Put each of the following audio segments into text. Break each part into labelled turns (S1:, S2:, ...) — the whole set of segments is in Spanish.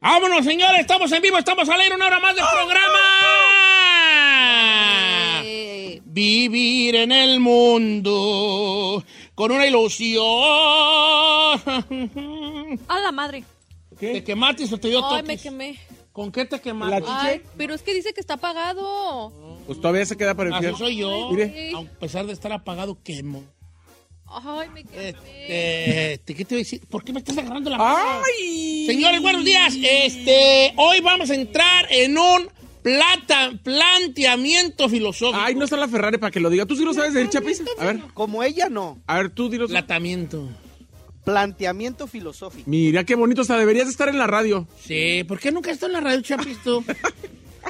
S1: Vámonos, señores, estamos en vivo, estamos a leer una hora más del programa.
S2: Eh,
S1: Vivir en el mundo con una ilusión.
S2: A la madre.
S1: ¿Te quemaste o te dio
S2: Ay, me
S1: toques?
S2: quemé.
S1: ¿Con qué te quemaste?
S3: La-
S2: Ay, pero es que dice que está apagado.
S3: Pues todavía se queda para el
S1: Así
S3: fiel.
S1: soy yo.
S3: Mire.
S1: A pesar de estar apagado, quemo.
S2: Ay, me quemé.
S1: Este, este, ¿Qué te voy a decir? ¿Por qué me estás agarrando la mano?
S3: ¡Ay!
S1: Señores, buenos días. Este, hoy vamos a entrar en un plata, planteamiento filosófico.
S3: Ay, no está la Ferrari para que lo diga. ¿Tú sí lo sabes decir, Chapis? A ver,
S4: Como ella no.
S3: a ver, tú dinos.
S1: Platamiento.
S4: Planteamiento filosófico.
S3: Mira qué bonito está. Deberías estar en la radio.
S1: Sí, ¿por qué nunca está en la radio, Chapito?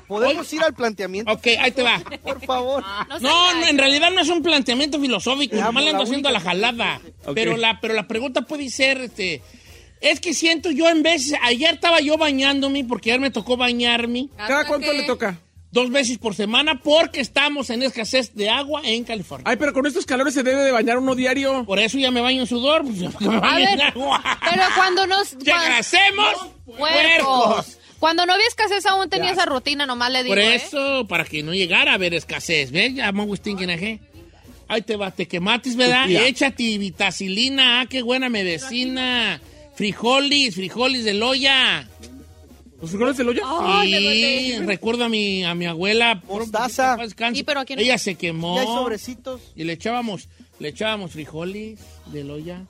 S4: ¿Podemos ir al planteamiento?
S1: ok, Ah, ahí te va.
S4: Por favor.
S1: No, no, en realidad no es un planteamiento filosófico,
S4: Amo,
S1: nomás le
S4: la
S1: ando haciendo a la
S4: única
S1: jalada.
S3: Ok.
S1: Pero, la, pero la pregunta puede ser, este, es que siento yo en veces, ayer estaba yo bañándome, porque ayer me tocó bañarme
S3: ¿Cada cuánto
S2: Ataque.
S3: le toca?
S1: dos veces por semana, porque estamos en escasez de agua en California.
S3: Ay, pero con estos calores se debe de bañar uno diario.
S1: Por eso ya me baño en sudor, pues ya que me
S2: A
S1: baño en
S2: ver,
S1: agua.
S2: pero cuando nos...
S1: Que hacemos
S2: Puercos. Cuando no había escasez aún tenía esa rutina, nomás le digo,
S1: Por
S2: ¿eh?
S1: eso, para que no llegara a haber escasez, ¿ves? Ya me gustín que najé. Ahí te va, te quematis,
S2: Pues
S1: ¿verdad?
S3: Ya.
S1: Échate vitacilina, ah, qué buena medicina. Frijolis, frijolis de loya.
S3: ¿Los frijoles del hoyo?
S2: Ay, me
S1: Sí,
S2: duele.
S1: recuerdo a mi, a mi abuela.
S4: Mostaza.
S1: Paz descanse.
S2: Sí, pero aquí no.
S1: Ella se
S4: Ya hay
S1: quemó.
S4: sobrecitos.
S1: Y le echábamos, le echábamos frijoles de loya,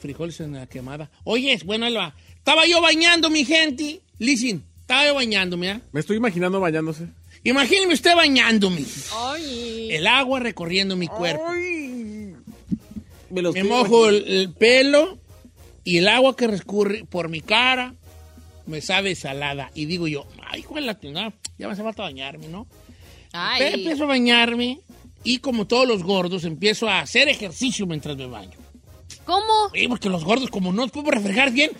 S1: frijoles en la quemada. Oye, bueno, ahí va. Estaba yo bañando, mi gente. Listen, estaba yo bañando, mira.
S3: Me estoy imaginando bañándose.
S1: Imagíneme usted bañándome.
S2: Ay.
S1: El agua recorriendo mi cuerpo.
S3: Ay. Me los
S1: Me
S3: estoy
S1: mojo el, el pelo y el agua que rescurre por mi cara me sabe salada. Y digo yo, ay, cuál la tuna, ya me hace falta bañarme, ¿no? Pe-
S2: Ay.
S1: Empiezo a bañarme y como todos los gordos empiezo a hacer ejercicio mientras me baño.
S2: ¿Cómo?
S1: Sí, porque los gordos, como no nos podemos refrescar bien,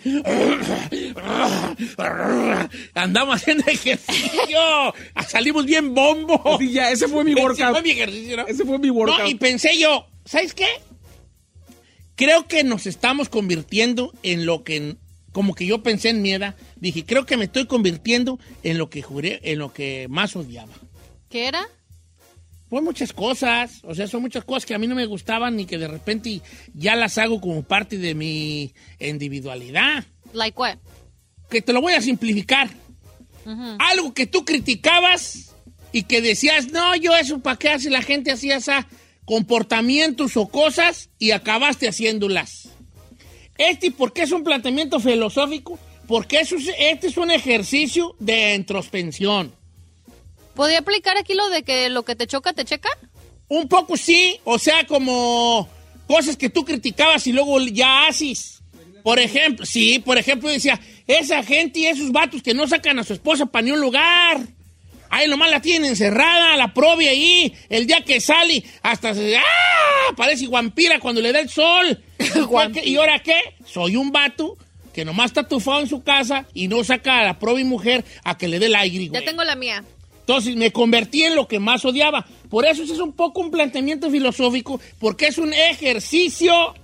S1: andamos haciendo ejercicio. Ah, Salimos bien bombo.
S3: imaginando. Sí, ya, ese fue mi
S1: Ese
S3: workout.
S1: fue mi ejercicio, ¿no?
S3: Ese fue mi workout.
S1: No, y pensé yo, ¿sabes qué? Creo que nos estamos convirtiendo en lo que, como que yo pensé en mi edad, dije, creo que me estoy convirtiendo en lo que juré, en lo que más odiaba.
S2: ¿Qué era?
S1: Fue muchas cosas, o sea, son muchas cosas que a mí no me gustaban y que de repente ya las hago como parte de mi individualidad.
S2: Like what?
S1: Que te lo voy a simplificar. Algo que tú criticabas y que decías, no, yo eso para qué hace la gente hacía esa comportamientos o cosas y acabaste haciéndolas. Este, ¿por qué es un planteamiento filosófico? Porque eso es- este es un ejercicio de introspección.
S2: ¿Podría aplicar aquí lo de que lo que te choca, te checa?
S1: Un poco sí, o sea, como cosas que tú criticabas y luego ya haces. Por ejemplo, sí, por ejemplo decía, esa gente y esos vatos que no sacan a su esposa para ni un lugar. Ahí nomás la tienen encerrada, la probe ahí, el día que sale, hasta se... ¡Ah! Parece guampira cuando le da el sol. ¿Y ahora qué? Soy un vato que nomás está tufado en su casa y no saca a la probe mujer a que le dé el aire,
S2: Ya
S1: güey.
S2: tengo la mía.
S1: Entonces me convertí en lo que más odiaba. Por eso ese es un poco un planteamiento filosófico, porque es un ejercicio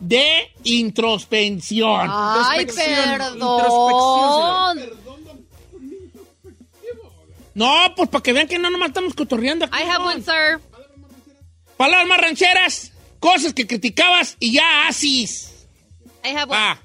S1: de introspección.
S2: Ay,
S3: Introspección,
S2: perdón.
S1: No, pues para que vean que no nomás estamos cotorreando aquí.
S2: I have one, sir.
S1: Palabras más rancheras. Cosas que criticabas y ya haces.
S2: I have
S1: Va.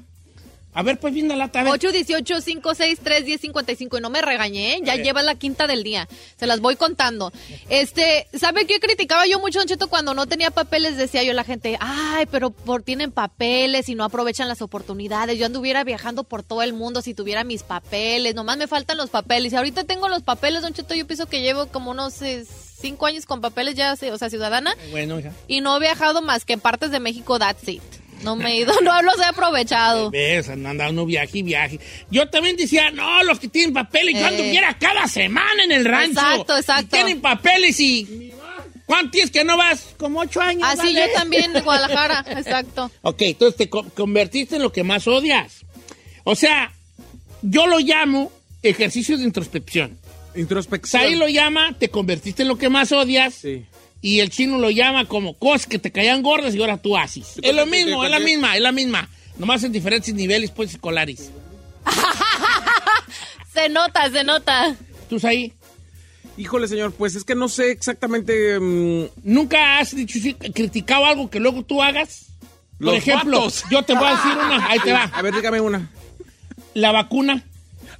S1: A ver, pues bien la lata. A ver.
S2: 8, 18, 5, 6, 3, 10, 55. Y no me regañé, ¿eh? ya
S1: Eh.
S2: lleva la quinta del día. Se las voy contando. Este, ¿sabe qué criticaba yo mucho, Don Cheto? Cuando no tenía papeles, decía yo a la gente, ay, pero por tienen papeles y no aprovechan las oportunidades. Yo anduviera viajando por todo el mundo si tuviera mis papeles. Nomás me faltan los papeles. Y ahorita tengo los papeles, Don Cheto. Yo pienso que llevo como unos eh, cinco años con papeles ya, o sea, ciudadana.
S1: Bueno, hija.
S2: Y no he viajado más que en partes de México, that's it. No me he ido, no los he aprovechado.
S1: Ves, andando uno viaje y viaje. Yo también decía, no, los que tienen papeles, yo
S2: Eh.
S1: anduviera cada semana en el rancho.
S2: Exacto, exacto.
S1: Y tienen papeles y... ¿Cuántos tienes que no vas? Como ocho años.
S2: Así
S1: ¿vale?
S2: Ah, yo también de Guadalajara, exacto.
S1: Ok, entonces te co- convertiste en lo que más odias. O sea, yo lo llamo ejercicio de introspección.
S3: Introspección.
S1: Saí pues lo llama, te convertiste en lo que más odias.
S3: Sí.
S1: Y el chino lo llama como cosas que te caían gordas y ahora tú haces. Es lo mismo, es la misma, es la misma. Nomás en diferentes niveles pues escolares.
S2: Se nota, se nota.
S1: ¿Tú ahí?
S3: Híjole, señor, pues es que no sé exactamente. mm,
S1: ¿Nunca has dicho, sí, criticado algo que luego tú hagas? Por
S3: Los
S1: ejemplo,
S3: vatos.
S1: yo te voy a decir una, ahí te
S3: A
S1: va.
S3: ver, dígame una.
S1: La vacuna.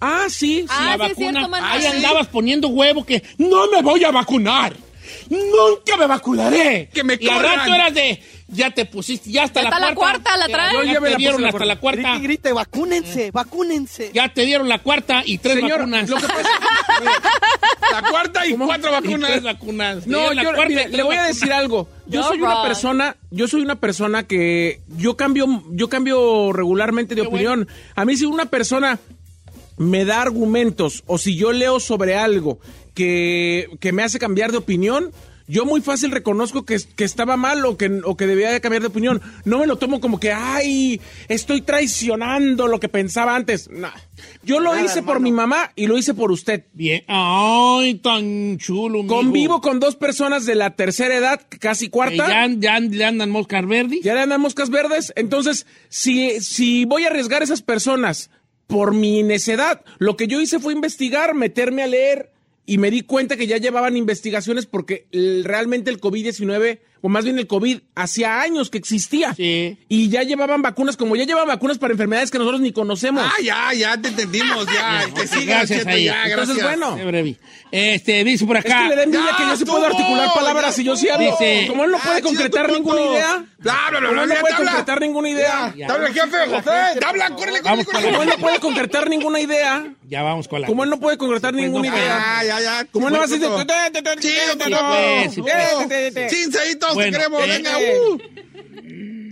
S3: Ah, sí.
S2: Ah,
S1: la
S2: sí es
S1: vacuna.
S2: cierto, man.
S1: Ahí
S2: Ah, sí.
S1: andabas poniendo huevo que no me voy a vacunar. Nunca me vacunaré.
S3: Que me
S1: y al
S3: corran.
S1: rato eras de ya te pusiste, ya hasta la
S2: Ya está
S1: cuarta.
S2: la cuarta, la
S1: Ya-
S2: traen.
S3: Yo
S1: Ya,
S3: ya me
S1: te
S3: la
S1: dieron
S3: puse,
S1: hasta
S3: la
S1: la
S4: Grite,
S1: cuarta. Mm.
S4: y grite, vacúnense, vacúnense.
S1: Ya te dieron la cuarta y tres
S3: Señor,
S1: vacunas.
S3: lo que pasa es que-
S1: la cuarta
S3: y cuatro vacunas.
S1: Y tres vacunas. Te
S3: No,
S1: dieron la
S3: yo
S1: cuarta y
S3: mire,
S1: tres
S3: le voy a
S1: vacunas.
S3: decir algo. Yo
S2: You're
S3: soy una
S2: wrong.
S3: persona, yo soy una persona que yo cambio, yo cambio regularmente de
S1: Qué
S3: opinión. A mí si una persona me da argumentos o si yo leo sobre algo que, que me hace cambiar de opinión, yo muy fácil reconozco que, que estaba mal o que, o que debía de cambiar de opinión. No me lo tomo como que, ay, estoy traicionando lo que pensaba antes. Nah. Yo lo
S4: Nada,
S3: hice por
S4: hermano.
S3: mi mamá y lo hice por usted.
S1: Bien. Ay, tan chulo. mijo.
S3: Convivo con dos personas de la tercera edad, casi
S1: Que Ya,
S3: cuarta.
S1: an- ya an- le andan moscas verdes.
S3: Ya le andan moscas verdes. Entonces, si, si voy a arriesgar a esas personas por mi necedad, lo que yo hice fue investigar, meterme a leer y me di cuenta que ya llevaban investigaciones porque el- realmente el COVID-19, o más bien el COVID, hacía años que existía.
S1: Sí.
S3: Y ya llevaban vacunas, como ya llevaban vacunas para enfermedades que nosotros ni conocemos.
S5: Ah, ya, ya te entendimos, ya. que siga,
S1: gracias
S5: Cheto,
S1: ahí.
S5: ya,
S3: Entonces,
S5: gracias.
S3: bueno.
S1: Qué breve. Este, dice por
S3: es que
S1: acá.
S3: le da envidia
S5: Ya
S3: que no se puede
S5: estuvo,
S3: articular palabras
S5: ya
S3: y yo sí hablo.
S1: Dice-
S3: como él no puede
S5: Ah, chido tu
S3: concretar
S5: punto.
S3: ninguna idea.
S5: Bla, bla,
S3: como
S5: bla,
S3: él
S5: bla,
S3: no puede
S5: ya te habla.
S3: concretar ninguna idea.
S5: Ya. Dale, jefe, José. Dale, córrele, córrele,
S1: Vamos
S5: córrele.
S3: Como él no puede concretar ninguna idea,
S1: Ya vamos con la.
S3: como él no puede concretar ninguna
S1: Pues no, Ah,
S3: idea,
S5: Ya, ya, ya.
S3: como él no va a decir...
S5: Chido,
S1: pues, sí,
S5: Chido, Cinceítos, te
S1: Bueno,
S5: queremos,
S1: eh,
S5: venga.
S1: eh.
S5: uh.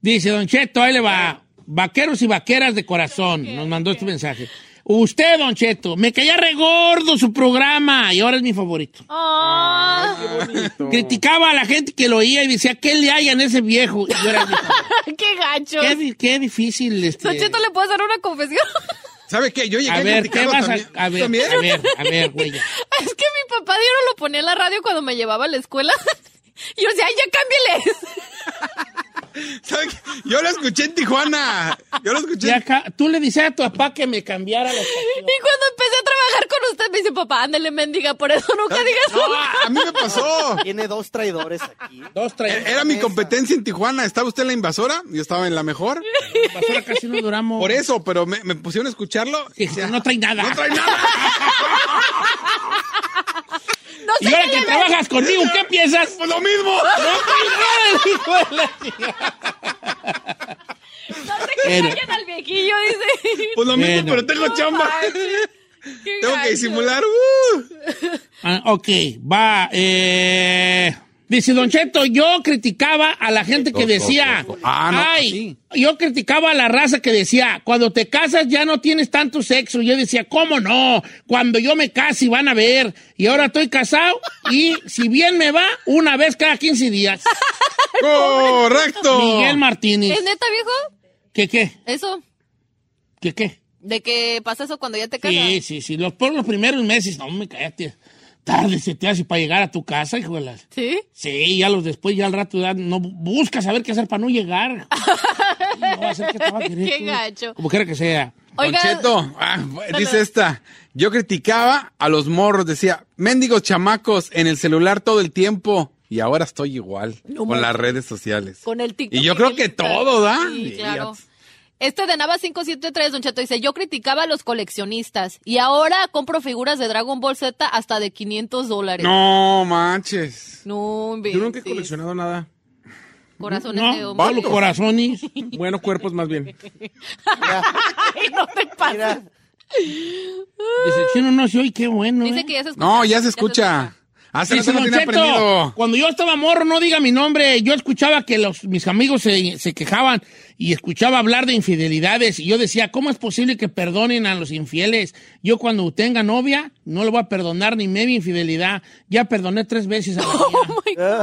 S1: Dice Don Cheto, ahí le va. Vaqueros y vaqueras de corazón. Nos mandó este mensaje. Usted, Don Cheto, me caía regordo su programa y ahora es mi favorito.
S2: Ah,
S1: Criticaba a la gente que lo oía y decía, ¿qué le hayan ese viejo? Y yo era mi favorito.
S2: qué gacho.
S1: qué, di- qué difícil. Este...
S2: Don Cheto, ¿le puedo hacer una confesión?
S5: ¿Sabes Uh, qué? Yo llegué
S1: A ver, ¿qué
S5: criticando
S1: vas a,
S5: también.
S1: a ver,
S5: ¿También?
S1: a ver, a ver, güey. ya.
S2: es que mi papá dieron lo ponía en la radio cuando me llevaba a la escuela. Y yo decía, ay, ya cámbiales.
S5: ¿Sabe qué? Yo lo escuché en Tijuana. Yo lo escuché.
S1: Ya
S5: en-
S1: acá- tú le dices a tu papá que me cambiara la estación.
S2: Y cuando empecé a trabajar con usted, me dice, papá, ándale, mendiga, por eso nunca digas
S5: No, ah,
S2: nunca.
S5: a mí me pasó.
S4: Tiene dos traidores aquí.
S1: Dos, tres.
S5: Era mi competencia en Tijuana. Estaba usted en la invasora, yo estaba en la mejor.
S1: Basura, casi no duramos.
S5: Por eso, pero me, me pusieron a escucharlo.
S1: Que no trae nada.
S5: No trae nada.
S2: No sé
S1: Y ahora
S2: qué
S1: que
S2: le
S1: trabajas conmigo, ¿qué piensas?
S5: Pues lo mismo.
S1: No trae nada, el hijo de la-
S2: no sé qué
S1: Pero-
S2: callan al viejillo, dice.
S5: Pues lo mismo,
S1: Bueno.
S5: pero tengo chamba.
S2: Qué
S5: Tengo
S2: gacho.
S5: que disimular. uh.
S1: Ah, ok, va. eh, Dice Don Cheto, yo criticaba a la gente que decía,
S5: Ah, no,
S1: ay, yo criticaba a la raza que decía, cuando te casas ya no tienes tanto sexo. Yo decía, ¿cómo no? Cuando yo me case van a ver. Y ahora estoy casado y si bien me va, una vez cada 15 días.
S5: Correcto.
S1: Miguel Martínez.
S2: ¿Es neta, viejo?
S1: ¿Qué qué?
S2: Eso,
S1: ¿Qué qué?
S2: de que pasa eso cuando ya te casas.
S1: Sí, sí, sí. Los, por los primeros meses, no me cállate. Tarde se te hace para llegar a tu casa, hijo de las.
S2: ¿Sí?
S1: Sí, ya los después, ya al rato, ya no bu- buscas saber qué hacer para no llegar. No va a ser que te va a querer,
S2: Qué
S1: tú.
S2: gacho.
S1: Como quiera que sea.
S5: Don
S2: Oiga,
S5: Cheto, ah, dice esta, yo criticaba a los morros, decía, mendigos chamacos en el celular todo el tiempo. Y ahora estoy igual con las redes sociales.
S2: Con el TikTok.
S5: Y yo creo
S2: el
S5: que
S2: Instagram.
S5: todo, ¿da?
S2: Sí,
S5: Y
S2: claro.
S5: ya-
S2: Este de Nava 573, Don Cheto, dice, yo criticaba a los coleccionistas y ahora compro figuras de Dragon Ball Z hasta de 500 dólares.
S5: No manches.
S2: No,
S3: Yo nunca he
S2: inventes.
S3: coleccionado nada.
S2: Corazones de
S1: No,
S2: hombre.
S1: Pablo Corazones.
S3: Bueno, cuerpos más bien.
S2: Ay, no te pases.
S4: Mira,
S1: Dice, chino, no sé hoy, qué bueno.
S2: Dice
S1: ¿eh?"
S2: que ya se escucha.
S5: No, ya se escucha. Ah, Así
S1: Dice,
S5: se lo
S1: "Don
S5: tiene
S1: Cheto,
S5: aprendido.
S1: cuando yo estaba morro, no diga mi nombre, yo escuchaba que los, mis amigos se, se quejaban y escuchaba hablar de infidelidades y yo decía, ¿cómo es posible que perdonen a los infieles? Yo cuando tenga novia, no le voy a perdonar ni media infidelidad. Ya perdoné tres veces a la mía.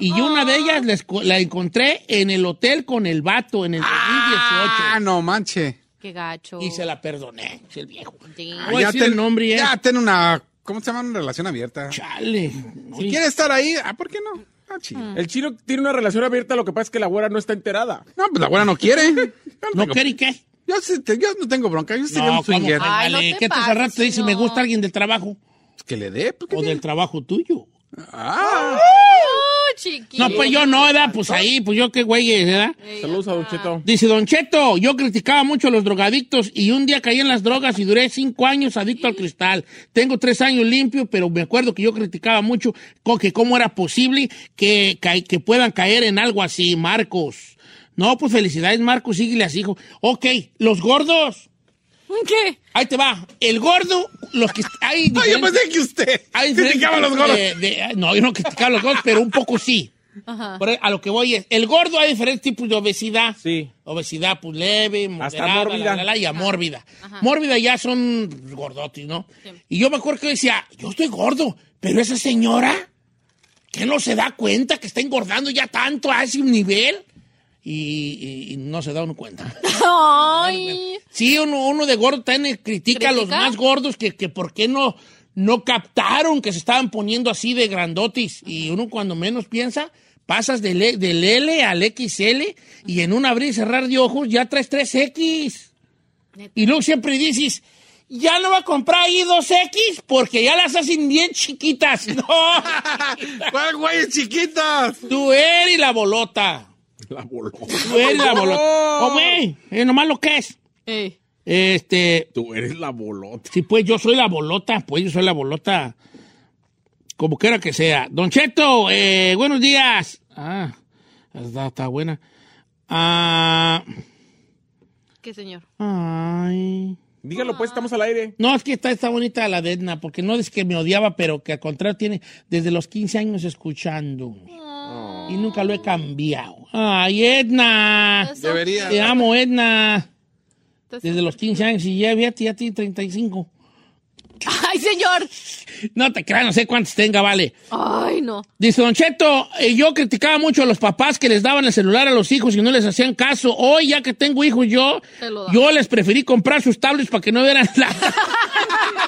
S1: Y yo una de ellas la, escu- la encontré en el hotel con el vato en el 2018
S5: Ah, no manche.
S2: Qué gacho.
S1: y se la perdoné, es el viejo.
S2: Sí.
S1: Voy a decir el nombre, ¿eh?
S5: Ah, ya ten una, ¿cómo se llama? Una relación abierta.
S1: Chale. no,
S5: Si quieres estar ahí, ah, ¿por qué no? Ah, chido.
S3: El chino tiene una relación abierta, lo que pasa es que la güera no está enterada.
S5: No, pues la abuela no quiere. Yo
S1: ¿No
S5: no, tengo-
S1: quiere y qué?
S5: yo, sí te- yo no tengo bronca, yo sería
S1: No,
S5: un swinger.
S2: ¿cómo? Ay, no
S1: Dale,
S2: te
S1: ¿Qué tal si al rato te
S2: pases,
S1: dice
S2: no.
S1: me gusta alguien del trabajo?
S5: Pues que le dé. pues, ¿qué
S1: O del
S5: tiene?
S1: trabajo tuyo.
S5: Ah,
S2: Oh, chiquillo.
S1: No, pues yo no, ¿verdad? Pues ahí, pues yo qué güey, es, ¿verdad?
S3: Saludos a Don Cheto.
S1: Dice Don Cheto, yo criticaba mucho a los drogadictos y un día caí en las drogas y duré cinco años adicto al cristal. Tengo tres años limpio, pero me acuerdo que yo criticaba mucho co- que cómo era posible que, ca- que puedan caer en algo así, Marcos. No, pues felicidades, Marcos, síguele así, hijo. Ok, los gordos.
S2: ¿Qué?
S1: Ahí te va. El gordo, los que... Hay
S5: no, yo
S1: diferentes-
S5: pensé que usted
S1: hay
S5: criticaba a los gordos.
S1: diferentes tipos de- de- no, yo no criticaba a los gordos, pero un poco sí. Por ahí, a lo que voy es, el gordo hay diferentes tipos de obesidad.
S3: Sí.
S1: Obesidad, pues leve, moderada,
S3: mórbida.
S1: la, la, la, y a mórbida. Mórbida ya son gordotis, ¿no? Y yo me acuerdo que decía, yo estoy gordo, pero esa señora, que no se da cuenta que está engordando ya tanto a ese nivel? Y, y- y no se da uno cuenta.
S2: Ay.
S1: Sí, uno, uno de gordo también critica, a los
S2: ¿Critica?
S1: más gordos que, que por qué no, no captaron que se estaban poniendo así de grandotis. Y uno cuando menos piensa, pasas del, E- del L al XL y en un abrir y cerrar de ojos ya traes 3X. Y luego siempre dices, ya no va a comprar ahí 2X porque ya las hacen bien chiquitas. No,
S5: ¿Cuál güey, chiquitas?
S1: tú eres la bolota.
S3: La voló.
S1: Tú eres la bolota. Hombre, es nomás lo que es.
S2: Ey.
S1: Este,
S3: Tú eres la bolota.
S1: Sí, pues yo soy la bolota, pues yo soy la bolota. Como quiera que sea. Don Cheto, eh, buenos días. Ah, está, está buena. Ah,
S2: ¿Qué señor?
S1: ay.
S3: Dígalo pues, estamos al aire.
S1: No, es que está, está bonita la de Edna, porque no es que me odiaba, pero que al contrario tiene desde los 15 años escuchando. Y nunca lo he cambiado. Ay, Edna.
S2: Eso.
S5: Debería.
S1: Te amo, Edna.
S2: Entonces-
S1: Desde los 15 años y ya, ya, ya tiene 35.
S2: Ay, señor.
S1: No te creas, no sé cuántos tenga, vale.
S2: Ay, no.
S1: Dice Don Cheto, eh, yo criticaba mucho a los papás que les daban el celular a los hijos y no les hacían caso. Hoy, ya que tengo hijos yo,
S2: Te lo dan.
S1: yo les preferí comprar sus tablets para que no vieran la...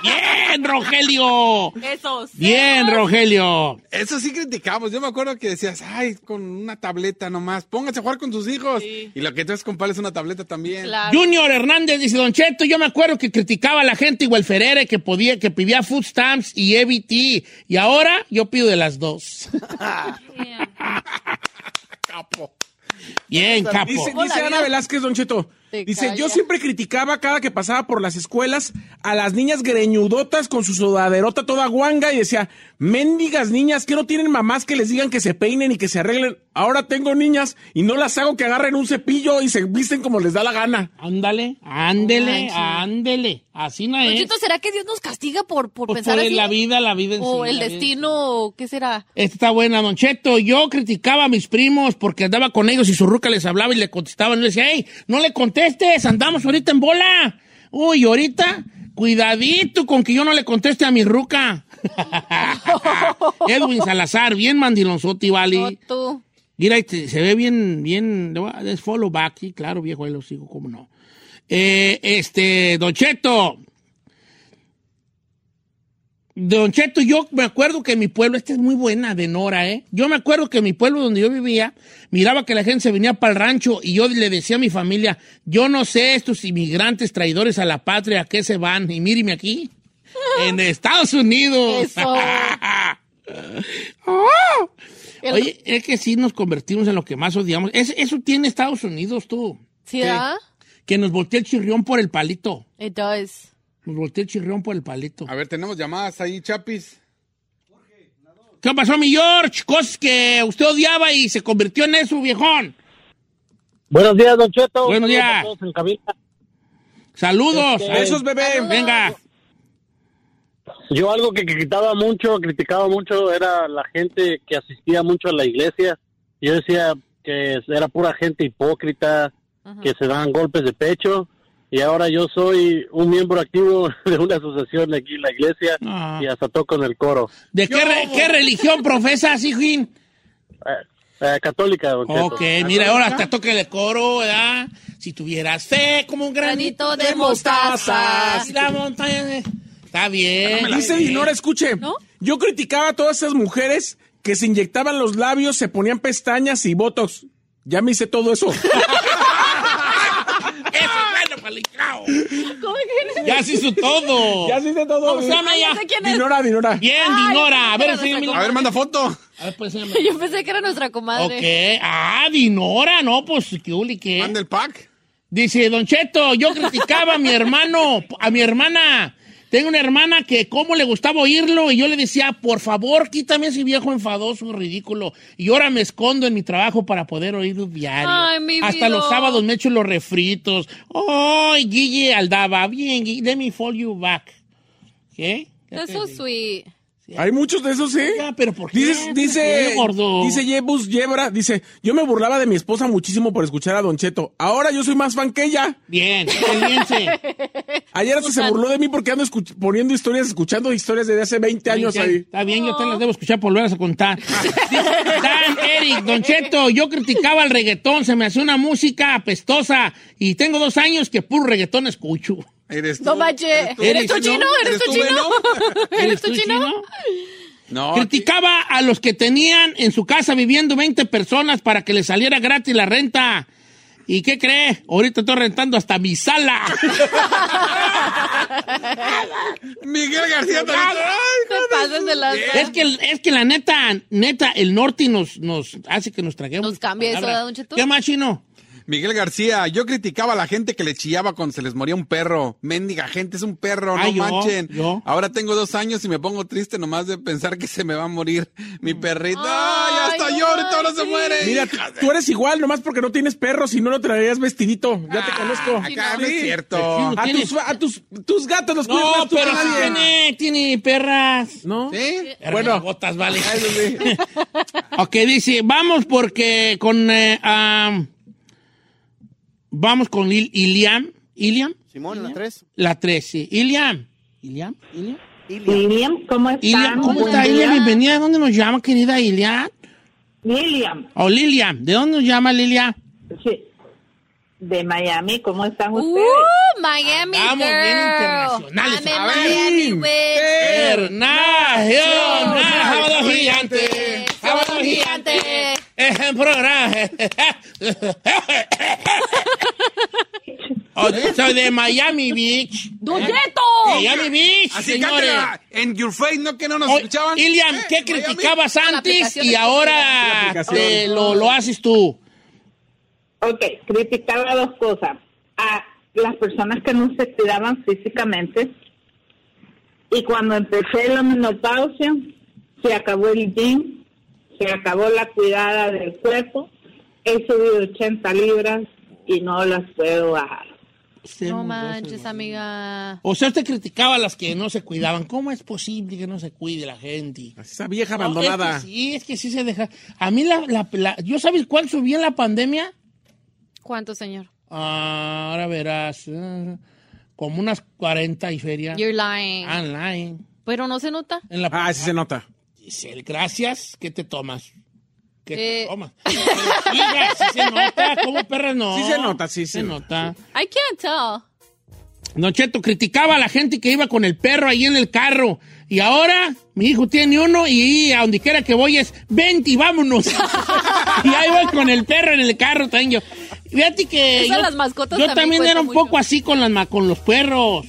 S1: ¡Bien, Rogelio!
S2: Eso. sí.
S1: ¡Bien, Rogelio!
S5: Eso sí criticamos. Yo me acuerdo que decías, ay, con una tableta nomás, pónganse a jugar con sus hijos. Y lo que tú es compadre es una tableta también.
S2: Claro.
S1: Junior Hernández dice, Don Cheto, yo me acuerdo que criticaba a la gente igual Ferere que podía, que pedía food stamps y EBT. Y ahora yo pido de las dos.
S5: Capo.
S1: Bien, capo.
S3: Dice,
S2: Hola,
S3: dice Ana
S2: Dios.
S3: Velázquez, Don Cheto.
S2: Te
S3: Dice, yo
S2: calla.
S3: siempre criticaba cada que pasaba por las escuelas a las niñas greñudotas con su sudaderota toda guanga y decía, mendigas niñas que no tienen mamás que les digan que se peinen y que se arreglen. Ahora tengo niñas y no las hago que agarren un cepillo y se visten como les da la gana.
S1: Ándale, ándele,
S2: No manches.
S1: ándele. Así no
S2: Don
S1: es.
S2: Cheto, ¿será que Dios nos castiga por, por
S1: Pues
S2: pensar
S1: por
S2: así?
S1: la vida, la vida en
S2: o
S1: sí,
S2: el
S1: la vida en
S2: destino, ¿qué será?
S1: Esta está buena, Don Cheto. Yo criticaba a mis primos porque andaba con ellos y su ruca les hablaba y le contestaban. Le decía, hey, no le contestes, andamos ahorita en bola. Uy, ahorita, cuidadito con que yo no le conteste a mi ruca. Edwin Salazar, bien mandilonzotti,
S2: No,
S1: vale.
S2: tú.
S1: Mira, este, se ve bien, bien, le voy a- es follow back, sí, claro, viejo, ahí lo sigo, cómo no. Eh, este, Don Cheto. Don Cheto, yo me acuerdo que en mi pueblo, esta es muy buena de Nora, ¿eh? Yo me acuerdo que en mi pueblo donde yo vivía, miraba que la gente se venía para el rancho y yo le decía a mi familia, yo no sé estos inmigrantes traidores a la patria, ¿a qué se van? Y míreme aquí, en Estados Unidos.
S2: Eso.
S1: Oh.
S2: El-
S1: Oye, es que sí nos convertimos en lo que más odiamos. Es- eso tiene Estados Unidos, tú.
S2: ¿Sí, ah? da?
S1: Que nos voltea el chirrión por el palito.
S2: It does.
S1: Nos voltea el chirrión por el palito.
S5: A ver, tenemos llamadas ahí, Chapis.
S1: ¿Qué pasó, mi George? Cosas que usted odiaba y se convirtió en eso, viejón.
S6: Buenos días, Don Cheto.
S1: Buenos días.
S6: a todos en cabina.
S1: Saludos.
S6: Este-
S1: A esos-
S3: Besos, bebé.
S1: Venga.
S6: Yo algo que criticaba mucho, criticaba mucho, era la gente que asistía mucho a la iglesia. Yo decía que era pura gente hipócrita, que se dan golpes de pecho. Y ahora yo soy un miembro activo de una asociación aquí en la iglesia
S1: Ah.
S6: y hasta toco en el coro.
S1: ¿De qué, re- qué religión profesas, hijín?
S6: Eh, católica, Don Cheto.
S1: Ok, mira, ahora hasta toque de coro, ¿verdad? Si tuvieras fe como un granito de mostaza. Si la montaña de- Está bien.
S3: Dice Dinora, escuche.
S2: ¿No?
S3: Yo criticaba a todas esas mujeres que se inyectaban los labios, se ponían pestañas y botox. Ya me hice todo eso.
S1: Eso es bueno, palicao.
S2: ¿Cómo que no?
S1: Ya se hizo todo.
S3: ya me hice todo.
S1: ¿Cómo se llama
S2: Ay,
S1: ya?
S2: no sé quién es.
S3: Dinora, Dinora.
S1: Bien,
S2: Ay,
S1: Dinora. A ver,
S2: espérame,
S1: enséñame.
S5: A ver, manda foto.
S1: A ver, pues, enséñame.
S2: Yo pensé que era nuestra comadre.
S1: Ok. Ah, Dinora, no, pues, ¿qué huli,
S2: ¿Eh?
S1: qué?
S5: Manda el pack.
S1: Dice, Don Cheto, yo criticaba a mi hermano, a mi hermana. Tengo una hermana que cómo le gustaba oírlo y yo le decía, por favor, quítame ese viejo enfadoso, ridículo. Y ahora me escondo en mi trabajo para poder oírlo diario.
S2: Ay, mi
S1: Hasta
S2: vida.
S1: los sábados me echo los refritos. Ay, Guille Aldaba, bien, Guille, let me follow you back. ¿Qué?
S2: That's so sweet.
S3: Hay muchos de esos, ¿eh?
S1: Ya, pero ¿por qué?
S3: Dice,
S1: ¿Por
S3: dice,
S1: qué, gordo?
S3: dice Yebus Yebra, dice, yo me burlaba de mi esposa muchísimo por escuchar a Don Cheto. Ahora yo soy más fan que ella.
S1: Bien, excelente.
S3: Ayer hasta se burló de mí porque ando escuch- poniendo historias, escuchando historias desde hace 20 años ahí.
S1: Está bien, yo te las debo escuchar por volverlas a contar. Dan, Eric, Don Cheto, yo criticaba el reggaetón, se me hacía una música apestosa y tengo dos años que puro reggaetón escucho.
S5: Eres tú.
S2: No manches.
S5: tú,
S2: ¿Eres tú chino? ¿Eres tú chino? ¿Eres tú chino?
S5: No.
S1: Criticaba a los que tenían en su casa viviendo 20 personas para que les saliera gratis la renta. ¿Y qué cree? Ahorita estoy rentando hasta mi sala.
S5: Miguel García también.
S2: Te pasas de la...
S1: es, que, es que la neta, neta, el norte nos, nos hace que nos traguemos.
S2: Nos cambia eso,
S1: palabras.
S2: ¿verdad, Don Cheto?
S1: ¿Qué más, chino?
S5: Miguel García, yo criticaba a la gente que le chillaba cuando se les moría un perro. Méndiga gente, es un perro,
S1: Ay, yo,
S5: no manchen.
S1: yo.
S5: Ahora tengo dos años y me pongo triste nomás de pensar que se me va a morir mi perrito.
S2: Ay,
S5: ¡Ay, hasta
S2: no
S5: lloro y todo no se
S2: manches.
S5: muere!
S3: Mm. Mira, tú- tú eres igual, nomás porque no tienes perro, si no lo traerías vestidito. Ya te
S1: Ah,
S3: conozco.
S5: Acá
S3: Sí.
S5: no es
S1: Sí,
S5: cierto.
S3: A
S1: Tiene-
S3: tus, a tus, tus gatos los cuidas
S1: Pues, No,
S3: más tú
S1: pero
S3: que
S1: sí
S3: nadie.
S1: tiene, tiene perras.
S3: ¿No?
S5: ¿Sí?
S1: Bueno, botas, vale.
S5: Eso sí.
S1: ok, dice, vamos porque con... eh, am, vamos con Il- Iliam. ¿Iliam?
S4: Simón, la 3.
S1: La 13. Iliam. ¿Iliam? ¿Iliam?
S7: William, ¿cómo estás?
S1: Iliam, ¿cómo
S7: Buen
S1: está
S7: día.
S1: Iliam? Bienvenida. ¿De dónde nos llama, querida Iliam?
S7: William,
S1: O Lilian. ¿De dónde nos llama Lilian?
S7: sí. De Miami, ¿cómo están
S2: Uh,
S7: ustedes?
S2: Miami
S1: Andamos
S2: girl.
S1: bien internacionales,
S2: I'm in
S1: a ver.
S2: Miami with-
S1: Internacional. Ah, Sábado gigante.
S2: Eh,
S1: Sábado gigante. Es un programa. Oh, Soy de Miami Beach.
S2: ¡Don Cheto!
S1: Miami Beach,
S5: Así
S1: señores.
S5: cántela en Your Face, ¿no que no nos
S1: Oye,
S5: escuchaban?
S1: Ilian,
S5: Eh,
S1: ¿qué
S5: Miami.
S1: criticabas
S2: la
S1: antes
S2: aplicación
S1: y
S2: de-
S1: ahora
S3: La aplicación.
S1: te lo, lo haces tú?
S7: Ok, criticaba dos cosas. A las personas que no se cuidaban físicamente y cuando empecé la menopausia, se acabó el gym, se acabó la cuidada del cuerpo, he subido 80 libras y no las puedo bajar.
S2: No manches, amiga.
S1: O sea, usted criticaba a las que no se cuidaban. ¿Cómo es posible que no se cuide la gente?
S3: Esa vieja
S1: No,
S3: abandonada.
S1: es que sí, es que sí se deja. A mí la, la- la- ¿Yo sabes cuál subí en la pandemia?
S2: ¿Cuánto, señor?
S1: Ah, ahora verás. ah, Como unas 40 y feria.
S2: You're lying.
S1: Ah. Online.
S2: Pero no se nota.
S1: En la
S3: Ah, sí se nota.
S1: Giselle, gracias. ¿Qué te tomas? ¿Qué te
S2: Eh.
S1: tomas? Diga, sí se nota. ¿Cómo perra no?
S3: Sí se nota, sí se
S1: se
S3: nota.
S1: nota.
S2: I can't tell.
S1: Don Cheto criticaba a la gente que iba con el perro ahí en el carro. Y ahora mi hijo tiene uno y a donde quiera que voy es, vente y vámonos. y ahí voy con el perro en el carro también yo. Fíjate que
S2: Eso
S1: yo,
S2: las mascotas
S1: yo
S2: también
S1: también
S2: cuesta
S1: era un
S2: mucho.
S1: poco así con, las, ma- con los perros.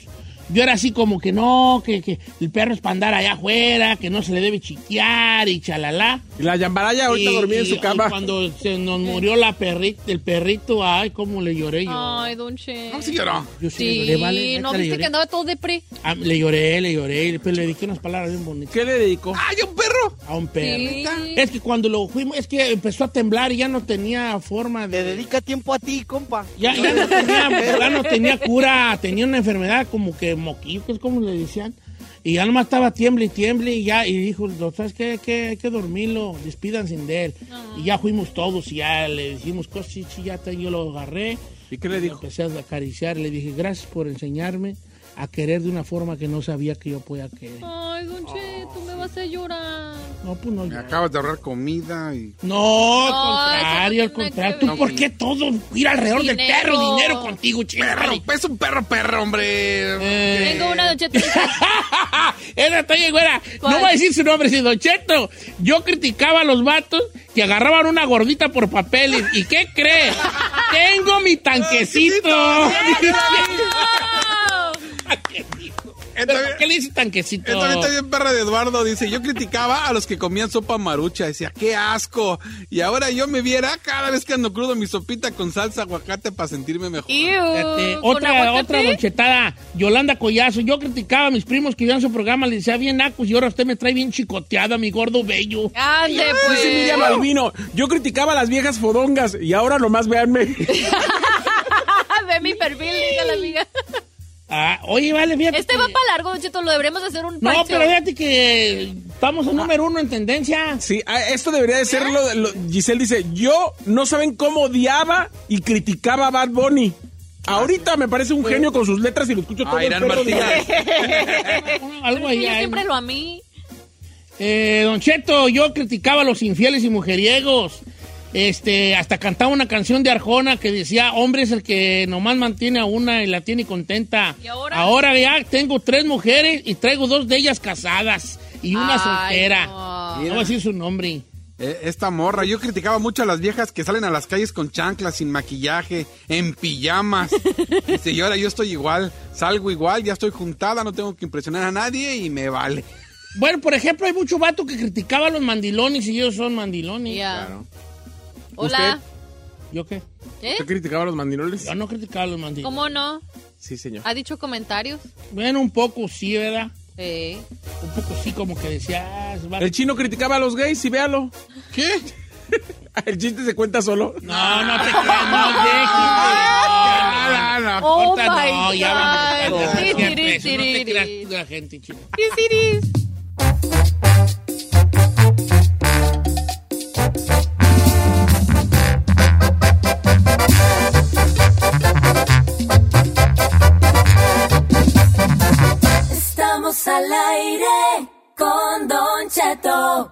S1: yo era así como que no, que, que el perro es para andar allá afuera, que no se le debe chiquear y chalala.
S3: Y la Yambaraya ahorita
S1: Y-
S3: dormía en
S1: y-
S3: su
S1: y
S3: cama.
S1: cuando se nos murió la perrita, el perrito, ay, cómo le lloré yo.
S2: Ay, don Che.
S5: No, sí lloró.
S1: Yo sí, le
S2: Ah, Sí,
S1: lloré, vale, neta,
S2: no
S1: le,
S2: viste
S1: lloré.
S2: que andaba todo depre.
S1: Ah, le lloré, le lloré, y después le dediqué unas palabras bien bonitas
S3: ¿Qué le dedicó?
S5: ¡Ay, un perro!
S1: a un perro.
S2: Sí.
S1: Es que cuando lo fuimos, es que empezó a temblar y ya no tenía forma
S4: Te
S1: de...
S4: dedica tiempo a ti, compa.
S1: Ya, ya no tenía, ya no tenía cura, tenía una enfermedad como que moquillo, que es como le decían. Y ya nomás estaba tiemble y tiemble y ya, y dijo, "No, ¿sabes qué? qué? Hay que dormirlo, despidan sin de él. Y ya fuimos todos y ya le dijimos cosas y ya te- yo lo agarré.
S3: ¿Y qué le
S1: Lo
S3: dijo?
S1: Empecé a acariciar, le dije, gracias por enseñarme a querer de una forma que no sabía que yo podía querer.
S2: Ay, don Che, tú me vas a llorar.
S1: No, pues no.
S5: Me
S1: yo-
S5: acabas de ahorrar comida y.
S1: No, al
S2: No,
S1: contrario, al
S2: eso no tiene
S1: contrario.
S2: nada que
S1: ¿Tú
S2: ver.
S1: por qué todo ir alrededor del
S2: Dinero.
S1: perro? Dinero contigo,
S5: ¡Perro!
S1: chingado.
S5: ¡Es un perro, perro, hombre!
S1: Eh.
S2: Tengo una don Cheto.
S1: Esa está bien güera. No
S2: ¿Cuál?
S1: voy a decir su nombre, sino Cheto. Yo criticaba a los vatos que agarraban una gordita por papeles. ¿Y qué cree? Tengo mi tanquecito. ¿Pero por ¿Qué le dice tanquecito?
S5: Esta ahorita bien perra de Eduardo dice, yo criticaba a los que comían sopa marucha, decía, qué asco. Y ahora yo me viera cada vez que ando crudo mi sopita con salsa aguacate para sentirme mejor.
S1: Este,
S2: Iu, ¿con
S1: otra,
S2: aguacate?
S1: otra donchetada, Yolanda Collazo. Yo criticaba a mis primos que iban su programa, les decía bien nacos y ahora usted me trae bien chicoteada, mi gordo bello.
S2: Ande, pues.
S3: Sí, Miriam Albino, yo criticaba a las viejas fodongas y ahora nomás véanme.
S2: Ah, Ve mi perfil, diga la amiga.
S1: Ah, oye, vale, fíjate.
S2: Este
S1: que-
S2: va para largo, don Cheto. Lo deberemos hacer un
S1: No,
S2: pancho.
S1: pero fíjate que estamos en número uno en tendencia.
S3: Sí, ah, esto debería de ser lo, lo- Giselle dice, yo no saben cómo odiaba y criticaba a Bad Bunny. Ahorita me parece un genio con sus letras y lo escucho todo
S5: Ah,
S3: el
S5: Irán
S3: perro día.
S5: Martínez.
S1: Algo
S2: Pero es que
S1: ahí.
S2: yo
S1: hay.
S2: siempre lo a mí.
S1: Eh, don Cheto, yo criticaba a los infieles y mujeriegos. Este, hasta cantaba una canción de Arjona que decía, hombre es el que nomás mantiene a una y la tiene contenta.
S2: ¿Y ahora?
S1: ya tengo tres mujeres y traigo dos de ellas casadas y una
S2: Ay,
S1: soltera.
S2: no.
S1: No voy a decir su nombre.
S5: Eh, Esta morra, yo criticaba mucho a las viejas que salen a las calles con chanclas, sin maquillaje, en pijamas. Dice, y ahora yo estoy igual, salgo igual, ya estoy juntada, no tengo que impresionar a nadie y me vale.
S1: Bueno, por ejemplo, hay mucho vato que criticaba a los mandilones y ellos son mandilones.
S2: Ya.
S5: Claro.
S2: Hola.
S1: ¿Yo qué?
S2: ¿Eh?
S3: ¿Usted criticaba a los mandinoles?
S1: Yo no criticaba a los mandilones.
S2: ¿Cómo no?
S3: Sí, señor.
S2: ¿Ha dicho comentarios?
S1: Bueno, un poco sí, ¿verdad?
S2: Eh.
S1: Un poco sí, como que decía, ah, se va a
S3: El chino criticaba a los gays y véalo.
S1: ¿Qué?
S3: El chiste se cuenta solo.
S1: No, no te creas, no déjate. No, no, no,
S2: Oh
S1: corta, Ah, no,
S2: my
S1: ya van a
S2: God.
S1: cortar,
S2: Sí,
S1: ya, pues, No
S2: tiri,
S1: te
S2: tiri,
S1: creas
S2: tiri.
S1: la gente, chico.
S2: ¿Qué siris?
S8: Estamos al aire con Don Cheto.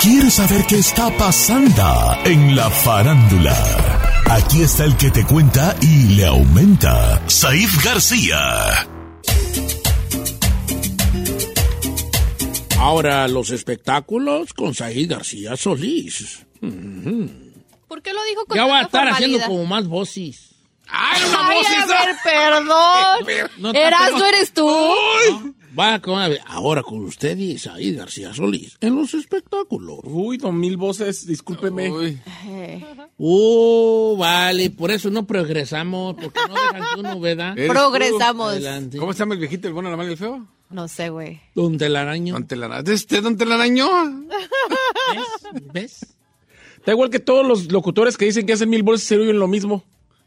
S9: ¿Quieres saber qué está pasando en la farándula? Aquí está el que te cuenta y le aumenta, Saif García.
S1: Ahora los espectáculos con Said García Solís.
S2: ¿Por qué lo dijo con
S1: Ya voy a
S2: tanta
S1: estar haciendo
S2: formalidad?
S1: como más voces. ¡Ay, no
S2: Ay,
S1: mames,
S2: a
S1: esa!
S2: ver, perdón.
S1: No,
S2: Eras,
S1: no.
S2: tú eres tú.
S1: Va con una vez. Ahora con ustedes, ahí García Solís, en los espectáculos.
S3: Uy, don Mil Voces, discúlpeme.
S1: Uh, vale, por eso no progresamos, porque no dejan que uno, ¿verdad?
S5: ¿Eres tú?
S2: Progresamos.
S1: Adelante.
S5: ¿Cómo se llama el viejito, el bueno, la mala y el feo?
S2: No sé, güey.
S1: Don Telaraño.
S5: Don Telaraño. ¿De ¿Este Don Telaraño?
S1: ¿Ves?
S3: Da igual que todos los locutores que dicen que hacen mil voces se oyen lo mismo.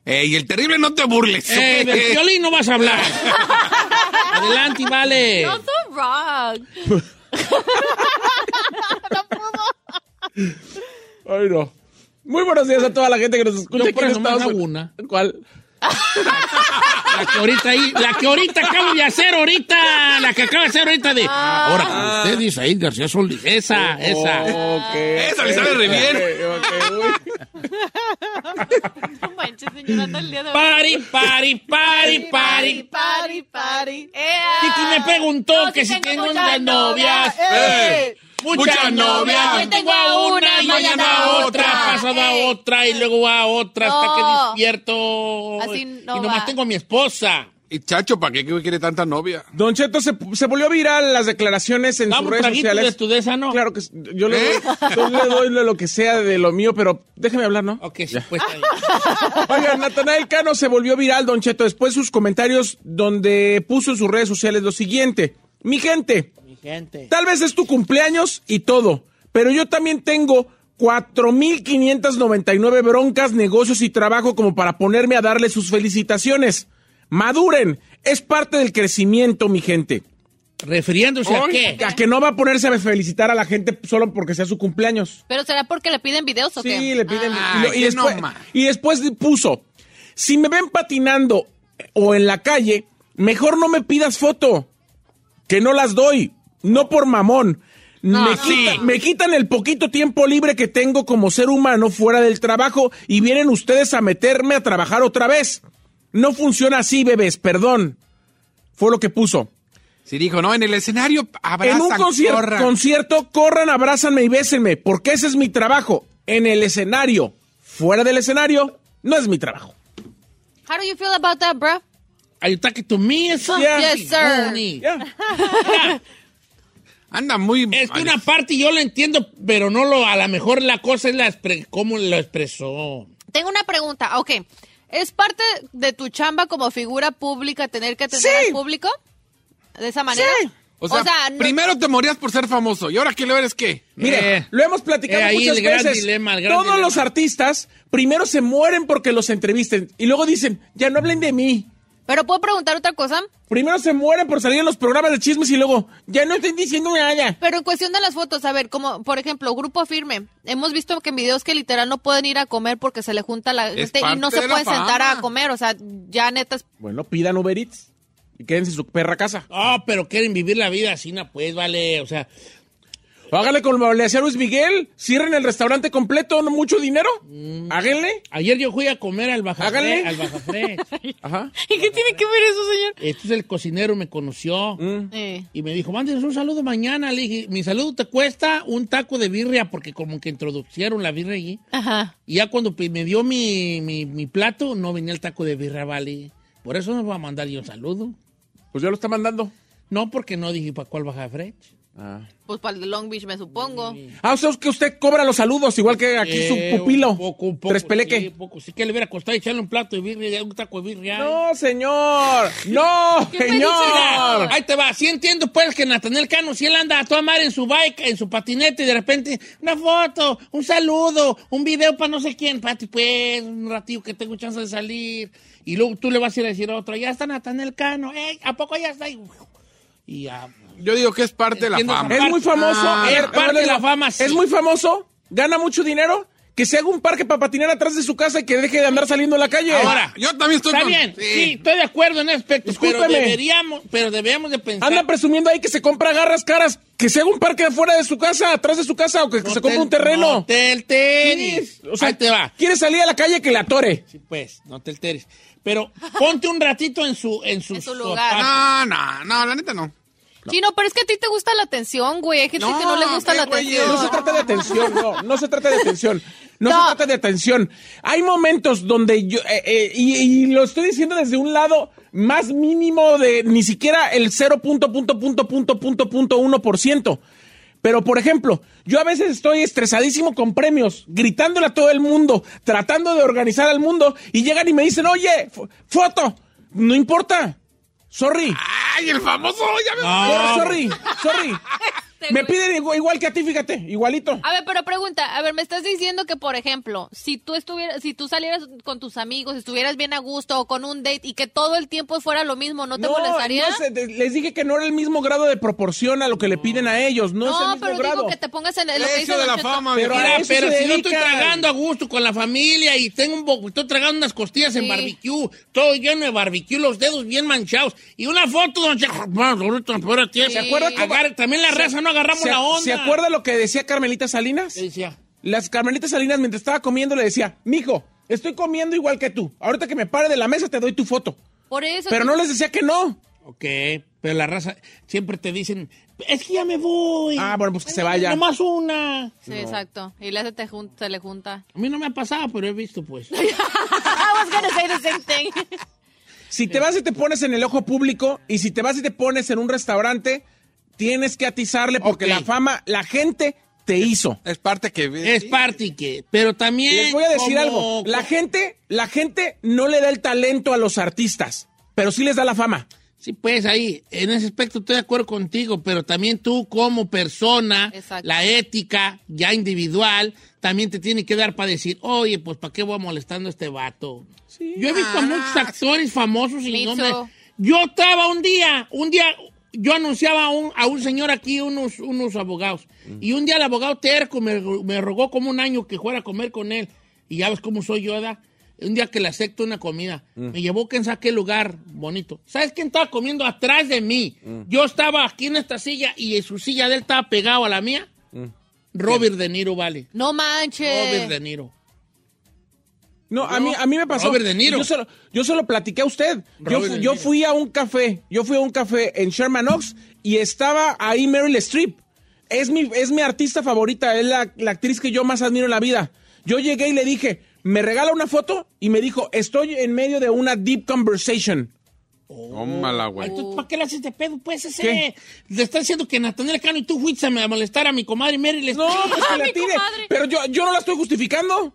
S5: Ey, el terrible no te burles.
S1: Eh, del violín no vas a hablar. Adelante, vale.
S2: No so wrong.
S3: Ay, no. Muy buenos días a toda la gente que nos escucha.
S1: Yo
S3: aquí
S1: por
S3: en
S1: eso me
S3: Estados
S1: hago
S3: Unidos.
S1: una.
S3: ¿Cuál?
S1: La que ahorita ahí, la que ahorita acabo de hacer ahorita, la que acabo de hacer ahorita de. Ahora con ustedes, ahí García Solís. Esa, esa.
S3: Ok.
S5: Esa le sale re bien.
S3: Ok, ok, uy.
S2: No manches, señora, todo el día de hoy.
S1: Pari, pari, pari, pari.
S2: Pari, pari.
S1: Titi me preguntó que si tengo una novia.
S7: Eh,
S1: Muchas
S5: Muchas
S1: novias.
S5: novias.
S1: Hoy tengo a una, y mañana a otra, pasado a
S2: Ey.
S1: otra y luego a otra hasta
S2: No.
S1: que despierto.
S2: Así no
S1: y nomás
S2: va.
S1: tengo a mi esposa.
S5: Y Chacho, ¿para qué quiere tanta novia?
S3: Don Cheto se, se volvió viral las declaraciones en
S1: Dame
S3: sus
S1: un
S3: redes
S1: traguito de
S3: sociales.
S1: tu de esa, ¿no?
S3: Claro que s- yo
S1: ¿Eh?
S3: le, doy, yo le doy lo, lo que sea de lo mío, pero déjeme hablar, ¿no?
S1: Ok, sí, pues ahí.
S3: Oigan, Natanael Cano se volvió viral, Don Cheto, después sus comentarios donde puso en sus redes sociales lo siguiente. Mi gente,
S1: Mi gente.
S3: tal vez es tu cumpleaños y todo, pero yo también tengo 4.599 broncas, negocios y trabajo como para ponerme a darle sus felicitaciones. Maduren, es parte del crecimiento, mi gente.
S1: Refiriéndose a qué?
S3: A que no va a ponerse a felicitar a la gente solo porque sea su cumpleaños.
S2: ¿Pero será porque le piden videos o qué?
S3: Sí, le piden.
S5: Ah,
S3: y, lo- y
S5: que
S3: después,
S5: no, ma.
S3: y después puso: si me ven patinando o en la calle, mejor no me pidas foto, que no las doy, no por mamón. me, quita- me quitan el poquito tiempo libre que tengo como ser humano fuera del trabajo y vienen ustedes a meterme a trabajar otra vez. No funciona así, bebés, perdón. Fue lo que puso.
S5: Sí, dijo, no, en el escenario abrazan,
S3: en un concier-
S5: corran.
S3: concierto, corran, abrázanme y bésenme, porque ese es mi trabajo. En el escenario, fuera del escenario, no es mi trabajo.
S2: How do you feel about that, bro?
S1: Are you talking to me, esa?
S3: Yeah.
S2: Yes, sir.
S1: Honey.
S5: Anda muy...
S1: Es que una parte yo lo entiendo, pero no lo, a lo mejor la cosa es la expre- cómo lo expresó.
S2: Tengo una pregunta. Ok. ¿Es parte de tu chamba como figura pública tener que atender
S3: Sí.
S2: al público? ¿De esa manera?
S3: Sí.
S5: O sea,
S2: no-
S5: primero te morías por ser famoso y ahora que lo eres, ¿qué?
S3: Mira,
S1: Eh,
S3: lo hemos platicado
S1: eh, ahí
S3: muchas
S1: el gran
S3: veces.
S1: dilema, el gran
S3: Todos
S1: dilema.
S3: los artistas primero se mueren porque los entrevisten y luego dicen, ya no hablen de mí.
S2: ¿Pero puedo preguntar otra cosa?
S3: Primero se mueren por salir en los programas de chismes y luego, ya no estén diciendo nada.
S2: Pero en cuestión de las fotos, a ver, como por ejemplo, Grupo Firme, hemos visto que en videos que literal no pueden ir a comer porque se le junta la gente y
S5: parte
S2: no
S5: de
S2: se
S5: la
S2: pueden
S5: fama.
S2: sentar a comer, o sea, ya netas.
S3: Bueno, pidan Uber Eats y quédense en su perra casa.
S1: Ah, pero quieren vivir la vida así, no, pues, vale, o sea,
S3: Háganle como le hacía Luis Miguel, cierren el restaurante completo, no mucho dinero.
S1: Mm.
S3: Háganle.
S1: ayer yo fui a comer al Bajafre,
S3: Háganle.
S1: al Bajafre.
S3: Ajá.
S2: ¿Y qué tiene que ver eso, señor?
S1: Este es el cocinero, me conoció
S3: Mm.
S2: Eh,
S1: y me dijo, mándenos un saludo mañana. Le dije, mi saludo te cuesta un taco de birria, porque como que introducieron la birria allí.
S2: ajá.
S1: Y ya cuando pe- me dio mi, mi, mi plato, no venía el taco de birria, vale. Por eso nos va a mandar yo un saludo.
S3: Pues ya lo está mandando.
S1: No, porque no dije, ¿para cuál Bajafre?
S2: Pues para el de Long Beach, me supongo.
S3: Ah, o sea, es que usted cobra los saludos, igual que aquí
S1: Eh,
S3: su pupilo.
S1: un poco, un poco,
S3: Tres peleque.
S1: Sí, un poco. Sí que le hubiera costado echarle un plato de birria, un taco de birria.
S3: No, señor. No,
S2: ¿Qué
S3: señor.
S2: felicidad?
S1: Ahí te va, sí entiendo pues que Natanel Cano, si él anda a toda madre en su bike, en su patinete y de repente una foto, un saludo, un video para no sé quién, para ti pues, un ratito que tengo chance de salir y luego tú le vas a ir a decir a otro, ya está Natanel Cano, "Ey, ¿a poco ya está? Y, y ya,
S5: Yo digo que es parte de la
S1: Entiendo esa
S5: fama.
S3: Es muy famoso.
S5: Ah,
S3: eh,
S1: es parte de la fama, sí.
S3: Es muy famoso. Gana mucho dinero. Que se haga un parque para patinar atrás de su casa y que deje de andar saliendo a la calle.
S1: Ahora,
S5: Yo también estoy
S1: está
S5: con-
S1: bien, sí.
S5: sí.
S1: estoy de acuerdo en ese aspecto, pero
S3: Discúlpeme.
S1: deberíamos, pero deberíamos de pensar.
S3: Anda presumiendo ahí que se compra garras caras. Que se haga un parque afuera de su casa, atrás de su casa, o que se compre un terreno.
S1: No te alteres.
S3: O sea,
S1: Ahí te va.
S3: Quiere salir a la calle que la atore.
S1: Sí, pues, no te alteres. Pero ponte un ratito en su en, sus
S2: En su lugar.
S1: zapatos.
S5: No, no, no, la neta no.
S2: Chino, pero es que a ti te gusta la atención, güey. Hay gente que no le gusta la atención.
S3: No se trata de atención, no, no se trata de atención. No, se trata de atención. Hay momentos donde yo, eh, eh, y, y lo estoy diciendo desde un lado más mínimo de ni siquiera el 0. punto, punto, punto, punto, punto, punto, 1%. Pero, por ejemplo, yo a veces estoy estresadísimo con premios, gritándole a todo el mundo, tratando de organizar al mundo, y llegan y me dicen, oye, fo- foto, no importa, sorry.
S5: ¡Ay, el famoso! ¡Ya me
S3: No, sorry, sorry. Me piden igu- igual que a ti, fíjate, igualito.
S2: Este A ver, pero pregunta, a ver, me estás diciendo que, por ejemplo, si tú estuvieras, si tú salieras con tus amigos, estuvieras bien a gusto o con un date y que todo el tiempo fuera lo mismo, ¿no te molestaría?
S3: no sé, de- les dije que no era el mismo grado de proporción a lo que le piden a ellos, no, es el mismo
S2: pero
S3: grado.
S2: digo que te pongas en el- lo que
S3: Precio
S2: dice
S3: de
S2: Don
S3: la
S2: Cheto.
S3: fama,
S1: Pero,
S3: Pero a
S1: Mira,
S3: eso
S1: pero
S3: se
S1: si no estoy
S3: dedican.
S1: tragando a gusto con la familia y tengo un bo- estoy tragando unas costillas en
S2: Sí.
S1: barbecue, todo lleno de barbecue, los dedos bien manchados y una foto "Ah, donde Bueno, ahorita, espérate.
S3: ¿Se acuerda cómo-
S1: Agar- también la
S3: se-
S1: raza no agarramos
S3: se-
S1: la onda.
S3: ¿Se acuerda lo que decía Carmelita Salinas?
S1: decía?
S3: Las Carmelitas Salinas, mientras estaba comiendo, le decía, mijo, estoy comiendo igual que tú. Ahorita que me pare de la mesa, te doy tu foto.
S2: Por eso.
S3: Pero no les decía que no.
S1: Ok, pero la raza siempre te dicen, es que ya me voy.
S3: Ah, bueno, pues que se vaya.
S1: Nomás una.
S2: Sí, exacto. Y le hace te jun- se le junta.
S1: A mí no me ha pasado, pero he visto pues.
S2: I was gonna say the same thing.
S3: Si te vas y te pones en el ojo público y si te vas y te pones en un restaurante, tienes que atizarle porque
S1: Ok.
S3: la fama, la gente te hizo.
S5: Es parte que...
S1: Es parte y que, pero también...
S3: Les voy a decir
S1: como-
S3: algo. La gente, la gente no le da el talento a los artistas, pero sí les da la fama.
S1: Sí, pues ahí, en ese aspecto estoy de acuerdo contigo, pero también tú como persona,
S2: Exacto.
S1: la ética ya individual, también te tiene que dar para decir, oye, pues ¿para qué voy molestando a este vato? Yo he visto a muchos actores famosos y
S2: Me
S1: no
S2: hizo.
S1: me- Yo estaba un día, un día, yo anunciaba a un, a un señor aquí, unos, unos abogados, y un día el abogado terco me, me rogó como un año que fuera a comer con él, y ya ves cómo soy yo, ¿verdad? Un día que le acepto una comida, me llevó quién sabe qué lugar bonito. ¿Sabes quién estaba comiendo atrás de mí? Yo estaba aquí en esta silla y en su silla de él estaba pegado a la mía. Robert De Niro, vale.
S2: No Eh.
S1: Robert De
S2: manches.
S1: Niro.
S3: No, a mí, a mí me pasó.
S1: Robert De Niro.
S3: Yo se lo, yo se lo platiqué a usted. Yo,
S1: Robert
S3: fu-
S1: De
S3: yo
S1: Niro.
S3: fui a un café, yo fui a un café en Sherman Oaks y estaba ahí Meryl Streep. Es mi, es mi artista favorita, es la, la actriz que yo más admiro en la vida. Yo llegué y le dije, ¿me regala una foto? Y me dijo, estoy en medio de una deep conversation.
S5: Tómala, güey.
S1: Entonces, ¿para qué le haces de pedo? Pues ese.
S3: ¿Qué?
S1: Le está diciendo que Nathaniel Cano y tú fuiste a me- a molestar a mi comadre Mary. Les...
S3: No, pues que la
S2: Mi
S3: tire.
S2: comadre.
S3: Pero yo, yo no la estoy justificando.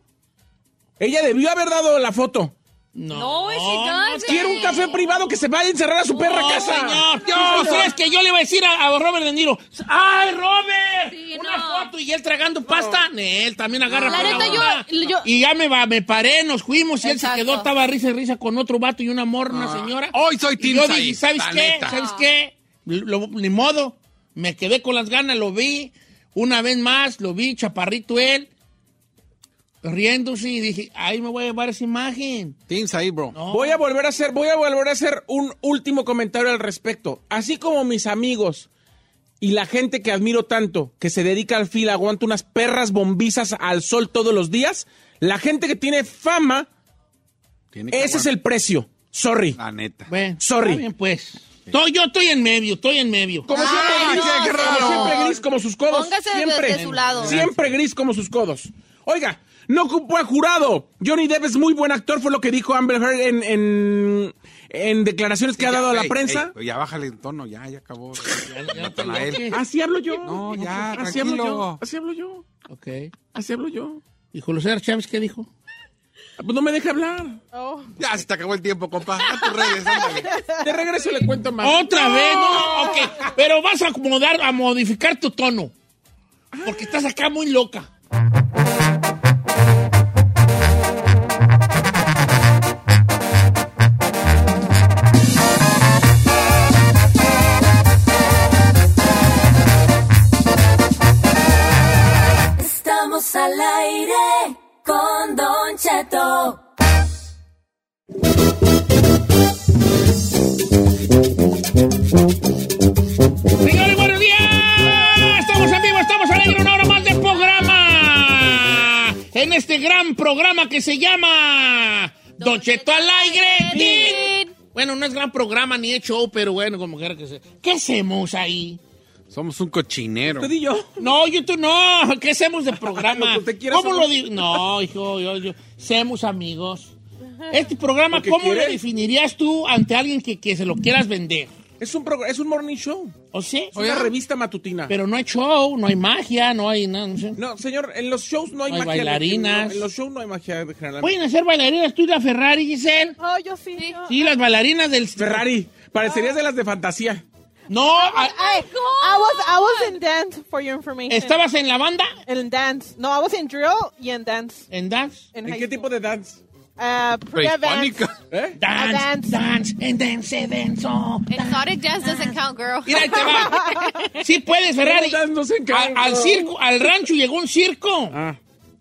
S3: Ella debió haber dado la foto.
S1: no.
S2: No, she doesn't.
S3: Quiero un café privado que se vaya a encerrar a su perra
S1: No,
S3: casa.
S1: señor. ¿Tú crees que yo le iba a decir a, a Robert De Niro? ¡Ay, Robert!
S2: Sí,
S1: una
S2: no.
S1: foto y él tragando pasta. Ne, Él también agarra
S2: La
S1: por
S2: neta,
S1: onda.
S2: yo- yo-
S1: Y ya me, va, me paré, nos fuimos y
S2: Exacto.
S1: él se quedó, estaba risa y risa con otro vato y una morra, una señora.
S5: Ah. Hoy soy
S1: Y
S5: Team
S1: yo
S5: Said,
S1: dije, ¿sabes
S5: la
S1: qué?
S5: neta.
S1: ¿Sabes qué? Lo- ni modo. Me quedé con las ganas, lo vi. Una vez más, lo vi, chaparrito él, riéndose y dije, ahí me voy a llevar esa imagen.
S5: Teams ahí, bro.
S1: No.
S3: Voy a volver a hacer, voy a volver a hacer un último comentario al respecto. Así como mis amigos y la gente que admiro tanto, que se dedica al fila, aguanta unas perras bombizas al sol todos los días, la gente que tiene fama,
S5: Tiene que
S3: ese es
S5: aguantar.
S3: el precio. Sorry.
S5: La neta.
S1: Bueno,
S3: Sorry.
S1: está bien, pues. To- yo estoy en medio, estoy en medio.
S3: Como siempre,
S5: Ay,
S3: gris,
S5: qué
S3: Ah, como
S5: raro.
S3: siempre gris como sus codos.
S2: Póngase de-
S3: siempre,
S2: de su lado.
S3: Siempre gris como sus codos. Oiga, no ocupó a jurado. Johnny Depp es muy buen actor, fue lo que dijo Amber Heard en, en- en declaraciones que ha dado a la
S5: Ey, ey,
S3: prensa.
S5: pero ya bájale el tono, ya, ya acabó. Natanael.
S3: Así hablo yo.
S5: No, ya,
S3: Así hablo yo.
S5: tranquilo.
S3: Así hablo yo.
S1: Ok.
S3: Así hablo yo.
S1: ¿Y José Chávez qué dijo?
S3: Ah, pues No me deja hablar.
S5: Ya se te acabó el tiempo, compa. A tus redes, ándale.
S3: De regreso le cuento más.
S1: Otra vez, no, ok. Pero vas a acomodar, a modificar tu tono. Porque estás acá muy loca.
S8: Estamos al aire con Don Cheto.
S1: Oh, Señores, buenos días. Estamos en vivo, estamos alegres, una hora más de programa. En este gran programa que se llama Don Cheto al aire. Bueno, no es gran programa ni es show, pero bueno, como quiera que sea. ¿Qué hacemos ahí?
S5: Somos un cochinero.
S3: Usted y yo.
S1: No, yo tú no. ¿Qué hacemos de programa?
S3: Lo que usted quiera
S1: ¿Cómo
S3: somos.
S1: lo di- No, hijo, yo, yo. Seamos amigos. Este programa,
S3: Lo que
S1: ¿cómo
S3: quiere.
S1: lo definirías tú ante alguien que, que se lo quieras vender?
S3: Es un, progr- es un morning show.
S1: ¿O sí?
S3: Es una revista matutina.
S1: Pero no hay show, no hay magia, no hay nada. No sé.
S3: no, señor, en los shows no hay,
S1: No hay
S3: magia.
S1: bailarinas.
S3: En los shows no hay magia general.
S1: ¿Pueden hacer bailarinas tú y la Ferrari, Giselle?
S10: Oh, yo sí. yo-
S1: Sí, las bailarinas del...
S3: Ferrari, parecerías de las de fantasía.
S1: No, a-
S10: I, I was I was in dance for your information.
S1: ¿estabas en la banda?
S10: in dance. No, I was in drill y en dance.
S1: ¿En dance?
S10: In
S3: ¿En
S10: high
S3: qué tipo de dance?
S10: Uh, pre-dance.
S5: Prehispánica.
S3: ¿Eh?
S10: dance.
S1: Dance, dance, and dance, dance, oh.
S2: Exotic jazz doesn't count, girl.
S1: Mira, ahí te va. Sí puedes, Ferrari.
S3: Todas no se
S1: Al,
S3: encargan.
S1: al circo, al rancho llegó un circo.
S3: Ah.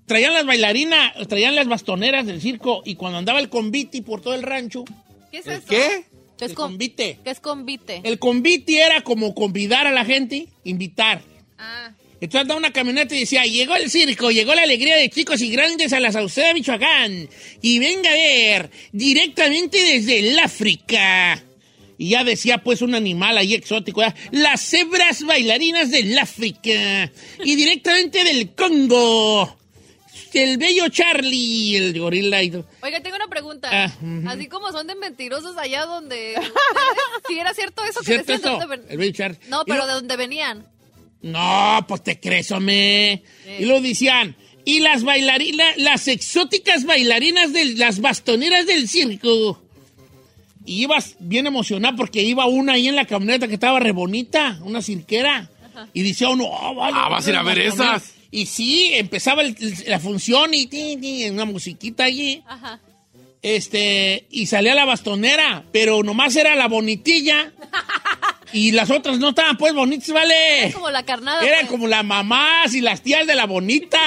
S1: Traían las bailarinas, traían las bastoneras del circo y cuando andaba el convite por todo el rancho,
S2: ¿Qué es eso?
S5: ¿Qué?
S2: ¿Qué es
S1: el
S2: con-
S1: convite.
S2: ¿Qué es convite?
S1: El convite era como convidar a la gente, invitar.
S2: Ah.
S1: Entonces andaba una camioneta y decía, llegó el circo, llegó la alegría de chicos y grandes a la Sauceda, Michoacán. Y venga a ver, directamente desde el África. Y ya decía pues un animal ahí exótico, ya, las cebras bailarinas del África. Y directamente del Congo. El bello Charlie, el gorila y todo.
S2: Oiga, tengo una pregunta.
S1: Ah, ujú.
S2: Así como son de mentirosos allá donde... ustedes- si era cierto eso que
S1: ¿Cierto
S2: decían de
S1: eso?
S2: dónde ven-
S1: El bello Charlie.
S2: No,
S1: Y
S2: pero
S1: lo-
S2: de donde venían.
S1: No, pues te crees, hombre.
S2: Sí.
S1: Y lo decían. Y las bailarinas, las exóticas bailarinas de las bastoneras del circo. Y ibas bien emocionada porque iba una ahí en la camioneta que estaba re bonita, una cirquera. Y decía uno, "Ah, vale,
S5: Ah, vas a ir a ver
S1: bastoneras".
S5: esas.
S1: Y sí, empezaba el- el- la función y ti, ti, una musiquita allí.
S2: Ajá.
S1: Este, y salía la bastonera, pero nomás era la bonitilla. y las otras no estaban pues bonitas, ¿vale?
S2: Como la carnada.
S1: Eran
S2: pues.
S1: como las mamás y las tías de la bonita.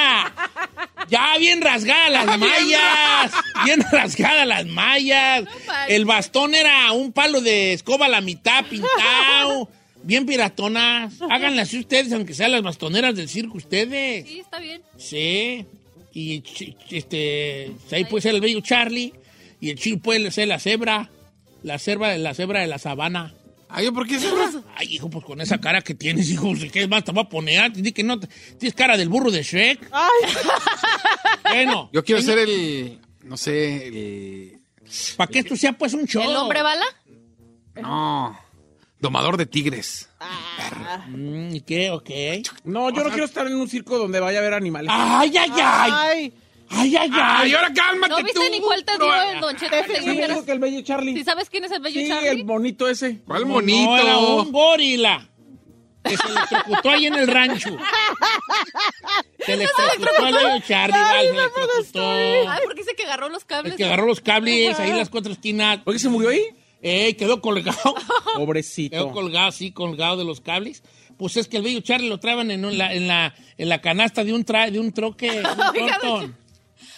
S1: Ya bien rasgadas las mallas. Bien rasgadas las mallas.
S2: manches.
S1: El bastón era un palo de escoba a la mitad pintado. Bien piratonas. Háganle así ustedes, aunque sean las bastoneras del circo ustedes.
S2: Sí, está bien.
S1: Sí. Y ch- ch- este, ahí puede ser el bello Charlie. Y el chico puede ser la cebra. La cebra, la cebra de la sabana.
S5: Ay, ¿por qué
S3: Ah.
S5: cerras?
S1: Ay, hijo, pues con esa cara que tienes, hijo, ¿qué más te va a poner? Te di que no te- tienes cara del burro de Shrek. Bueno,
S5: Yo quiero ser el. No sé, el.
S1: para que esto sea pues un show.
S2: ¿El hombre bala?
S5: No. Domador de tigres.
S1: Mm, ¿y ¿Qué? Ok.
S3: No, yo no quiero estar en un circo donde vaya a haber animales.
S1: Ay, ay, ay.
S10: Ay,
S1: Ay, ay,
S5: Ay,
S1: ay.
S5: ahora cálmate
S2: ¿No viste
S5: tú.
S2: ni cuál te dio el Don Cheto?
S3: Sí, yo digo que el bello Charlie.
S2: ¿Sí sabes quién es el bello
S3: Sí,
S2: Charlie?
S3: el bonito ese.
S5: ¿Cuál
S1: No, era un
S5: bonito?
S1: gorila. Que se electrocutó ahí en el rancho. Se electrocutó al bello Charlie, vale, se electrocutó.
S2: Ay, porque dice que agarró los cables.
S1: El que agarró los cables ahí en las cuatro esquinas.
S3: Oye, ¿se murió ahí?
S1: Eh, quedó colgado. Quedó
S3: Pobrecito.
S1: colgado, sí, colgado de los cables. Pues es que el bello Charlie lo traban en, un- la, en, la, en la canasta de un, tra- de un troque. de un Thornton.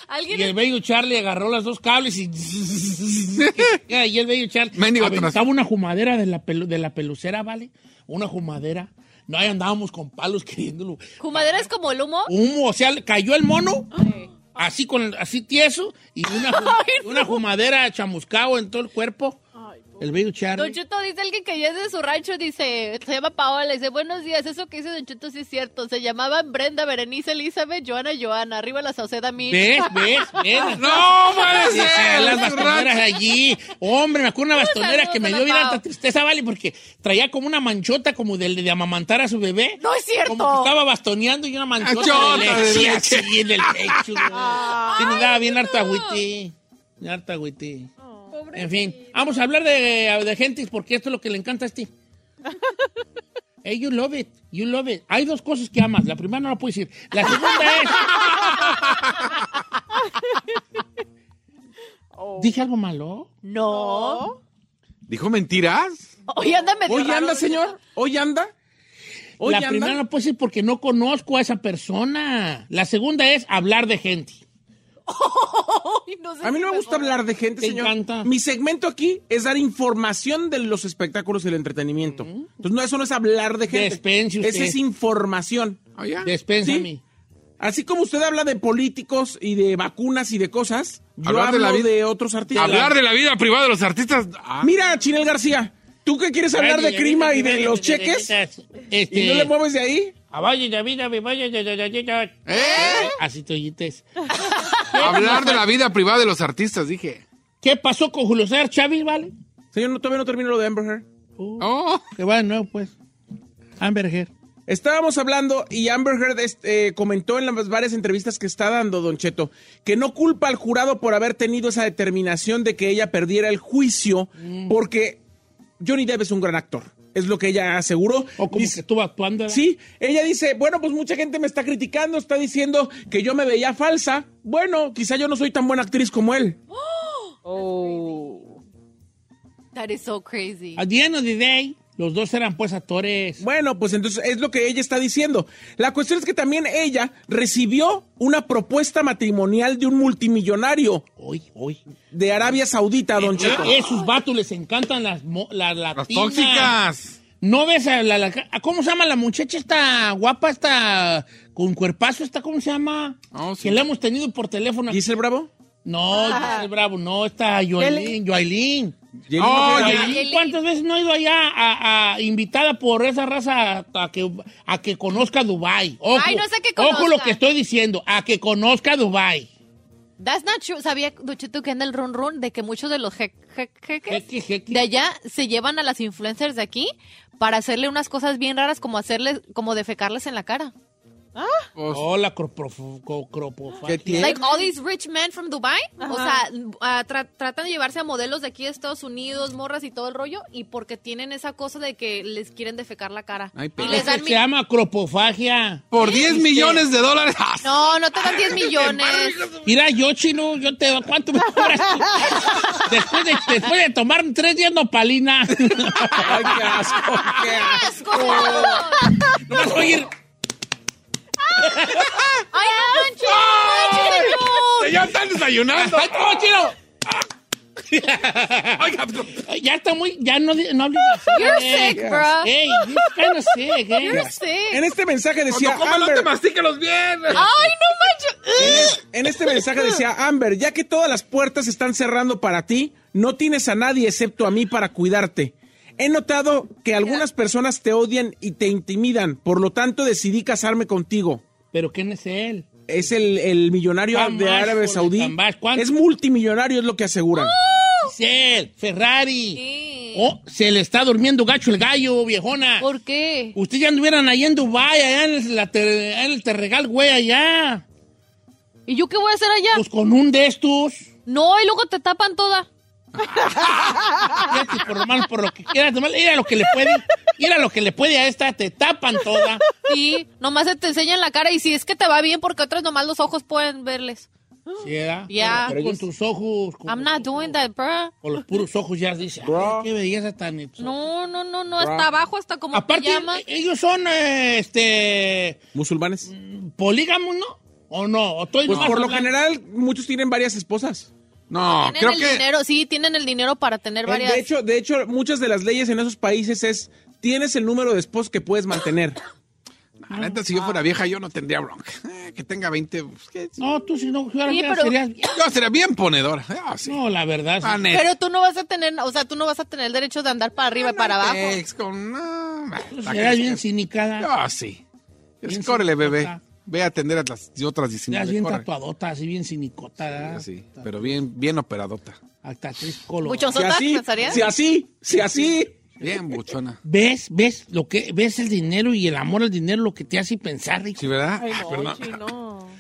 S2: Alguien
S1: y el bello Charlie agarró las dos cables y... y el bello Charlie
S5: Mendigo
S1: aventaba
S5: atrás.
S1: una jumadera de la, pelu- de la pelucera, ¿vale? Una jumadera. No, ahí andábamos con palos queriéndolo.
S2: ¿Jumadera es como el humo?
S1: Humo, o sea, cayó el mono... Así con el- así tieso y una, ju- una jumadera chamuscado en todo el cuerpo. El bello Charlie.
S2: Don Cheto dice alguien que ya es de su rancho, dice, se llama Paola, dice, buenos días, eso que dice Don Cheto sí es cierto, se llamaban Brenda, Berenice, Elizabeth, Joana, Joana, arriba la sauceda mí.
S1: ¿Ves? ¿Ves? ¿Ves?
S5: ¡No, puede
S1: Sí, sí,
S5: ser!
S1: las bastoneras allí. Hombre, me acuerdo una bastonera
S2: saludo,
S1: que me dio
S2: Don
S1: bien
S2: Pao.
S1: alta tristeza, ¿vale? Porque traía como una manchota como de, de amamantar a su bebé.
S2: ¡No es cierto!
S1: Como que estaba bastoneando y una manchota
S5: Manchota
S1: de
S5: de
S1: leche
S5: leche.
S1: así en el pecho. güey. Sí, me daba bien harta agüiti. Bien harta agüiti. En fin, vamos a hablar de, de gentes porque esto es lo que le encanta a este. Hey, you love it, you love it. Hay dos cosas que amas. La primera no la puedes decir. La segunda es... ¿Dije algo malo?
S2: No.
S5: ¿Dijo mentiras?
S2: Hoy anda medio
S3: ¿Hoy
S2: raro,
S3: anda,
S2: Don Cheto.
S3: señor? ¿Hoy anda? ¿Hoy
S1: la
S3: anda?
S1: primera no puede ser porque no conozco a esa persona. La segunda es hablar de gente.
S2: Ay, no sé
S3: A mí
S2: si
S3: no me gusta hablar de gente,
S1: Te
S3: señor.
S1: encanta.
S3: Mi segmento aquí es dar información de los espectáculos y el entretenimiento. Entonces, no, eso no es hablar de gente.
S1: Despense usted.
S3: Esa es información.
S5: Ah, ya.
S1: Despénsame.
S3: Así como usted habla de políticos y de vacunas y de cosas, Yo hablo de, otros artistas.
S5: Hablar de la vida privada de los artistas. Ah.
S3: Mira, Chinel García, ¿tú qué quieres hablar de crima y de los cheques? ¿Y no le mueves de ahí?
S1: este, Vaya David, vaya David.
S3: ¿Eh?
S1: Así te oyites.
S5: Hablar de la vida privada de los artistas, dije.
S1: ¿Qué pasó con Julio César Chávez, vale?
S3: Señor, no, todavía no termino lo de Amber Heard.
S1: Oh, qué bueno, pues. Amber Heard.
S3: Estábamos hablando y Amber Heard este, eh, comentó en las varias entrevistas que está dando Don Cheto que no culpa al jurado por haber tenido esa determinación de que ella perdiera el juicio
S1: Mm.
S3: porque Johnny Depp es un gran actor. Es lo que ella aseguró.
S1: O como
S3: Dice-
S1: que estuvo actuando. ¿verdad?
S3: Sí, ella dice, bueno, pues mucha gente me está criticando, está diciendo que yo me veía falsa. Bueno, quizá yo no soy tan buena actriz como él.
S2: That is so crazy.
S1: At the end of the day, los dos eran pues actores.
S3: Bueno, pues entonces es lo que ella está diciendo. La cuestión es que también ella recibió una propuesta matrimonial de un multimillonario
S1: Hoy, hoy.
S3: de Arabia Saudita, don Cheto.
S1: Eh, esos vatos les encantan las, mo- las latinas.
S5: Las tóxicas.
S1: ¿No ves a la, la- a- ¿Cómo se llama la muchacha esta guapa, esta con cuerpazo, esta, ¿cómo se llama?
S5: No, sí.
S1: Que la hemos tenido por teléfono.
S3: ¿Dice el bravo?
S1: No,
S2: Ah.
S1: Giselle Bravo, no, esta Yoelín, Yoelín.
S5: Oh,
S1: Ay,
S5: ya.
S1: Yailin, ¿Cuántas veces no ha ido allá a, a- invitada por esa raza a, a que, a que conozca Dubai? Ojo,
S2: Ay, no sé que
S1: Ojo lo
S2: conozca.
S1: que estoy diciendo, a que conozca Dubai.
S2: That's not true. Sabía, Don Cheto, que anda el run run de que muchos de los je- je- jeques
S1: Jeque, jeque.
S2: de allá se llevan a las influencers de aquí para hacerle unas cosas bien raras como hacerles, como defecarles en la cara.
S1: Hola, cropof- Oh, co- cropofagia.
S3: ¿Qué tiene?
S2: Like all these rich men from Dubai, o sea, ah, tra- tratan de llevarse a modelos de aquí de Estados Unidos, morras y todo el rollo, y porque tienen esa cosa de que les quieren defecar la cara.
S5: Ay,
S2: y
S5: pero-
S2: les dan
S1: Se
S2: mi-
S1: llama cropofagia.
S5: Por
S1: Este.
S5: 10 millones de dólares. ¡Ah!
S2: No, no te dan 10 millones.
S1: Mira, yo, chino, yo te ¿cuánto me cobras tú? después, de, después de tomar tres días nopalina.
S3: Ay, qué asco, qué
S2: ¡Asco!
S3: asco.
S2: ¡Ay,
S1: no vas a oír.
S2: no manches! no manches, no.
S5: Ya están desayunando.
S1: ¡Ay, todo chino!
S5: Oiga, pues,
S1: Ya está muy, ya no, di- no hables así.
S2: You're
S1: eh.
S2: sick, bro.
S1: Hey, you're kind of sick, eh.
S2: You're sick.
S3: En este mensaje decía
S5: cuando coman, no te
S3: Amber,
S5: mastíquelos bien.
S2: ¡Ay, no manches!
S3: en este mensaje decía Amber, ya que todas las puertas están cerrando para ti, no tienes a nadie excepto a mí para cuidarte. He notado que algunas personas te odian y te intimidan, por lo tanto decidí casarme contigo.
S1: Pero ¿quién es él?
S3: Es el, el millonario
S1: Jamás,
S3: de Árabe
S1: Jorge,
S3: Saudí.
S1: jamás. ¿Cuánto?
S3: Es multimillonario, es lo que aseguran.
S1: Es él, Ferrari.
S2: Sí.
S1: Oh, se le está durmiendo gacho el gallo, viejona.
S2: ¿Por qué?
S1: Ustedes ya anduvieran ahí en Dubái, allá en, el- la ter- en el Terregal, güey, allá.
S2: ¿Y yo qué voy a hacer allá?
S1: Pues con un de estos.
S2: No, y luego te tapan toda.
S1: Fíjate, por lo malo, por lo que quieras. nomás Mira lo que le puede. Mira lo que le puede a esta. Te tapan toda.
S2: Sí, nomás se te enseñan la cara y si es que te va bien porque otras nomás los ojos pueden verles.
S1: Sí, ¿verdad?
S2: Ya. pues,
S1: Pero con tus ojos. Con,
S2: I'm not doing that, bruh.
S1: con los puros ojos ya dice. ay,
S3: Bro.
S1: qué belleza tan. exótica.
S2: No, no, no, no, hasta abajo, hasta como
S1: Aparte, e-,
S2: pijama.
S1: ellos son, eh, este,
S3: ¿Musulmanes?
S1: polígamos, ¿no? ¿O no? ¿O estoy
S3: Pues
S1: nomás
S3: por lo
S1: hablando?
S3: general, muchos tienen varias esposas.
S5: No,
S2: Tienen
S5: creo
S2: el
S5: que.
S2: dinero, sí, tienen el dinero para tener
S3: Eh,
S2: varias.
S3: De hecho, de hecho, muchas de las leyes en esos países es tienes el número de esposos que puedes mantener.
S5: La neta, si yo fuera vieja, yo no tendría bronca. Eh, Que tenga 20. pues, ¿qué?
S1: No, tú si no fueras
S2: Sí,
S1: ya
S2: pero-
S1: serías...
S5: Yo sería bien ponedora.
S3: Eh,
S5: Ah, sí.
S1: No, la verdad. sí.
S5: Ah, neta.
S2: Pero tú no vas a tener, o sea, tú no vas a tener el derecho de andar para arriba y para abajo.
S5: Ex con- no, bah,
S1: Tú
S5: la
S1: serás
S5: que-
S1: bien cinicada.
S5: Ah, sí.
S1: Bien
S5: Córrele, bebé.
S1: sinicota.
S5: Ve a atender a las otras
S1: Serás
S5: 19.
S1: bien
S5: córrele.
S1: tatuadota, así bien cinicota.
S5: Sí,
S1: ¿verdad?
S5: pero bien, bien operadota.
S1: Hasta tres colores.
S3: Si
S2: Buchonzota,
S3: así,
S2: pensarías.
S3: si así, si así.
S5: Bien buchona.
S1: ¿Ves? ¿Ves lo que ves el dinero y el amor al dinero lo que te hace pensar, Rick?
S5: ¿Sí, verdad?
S10: Ay,
S5: Ah,
S10: no,
S5: perdón.
S10: chino.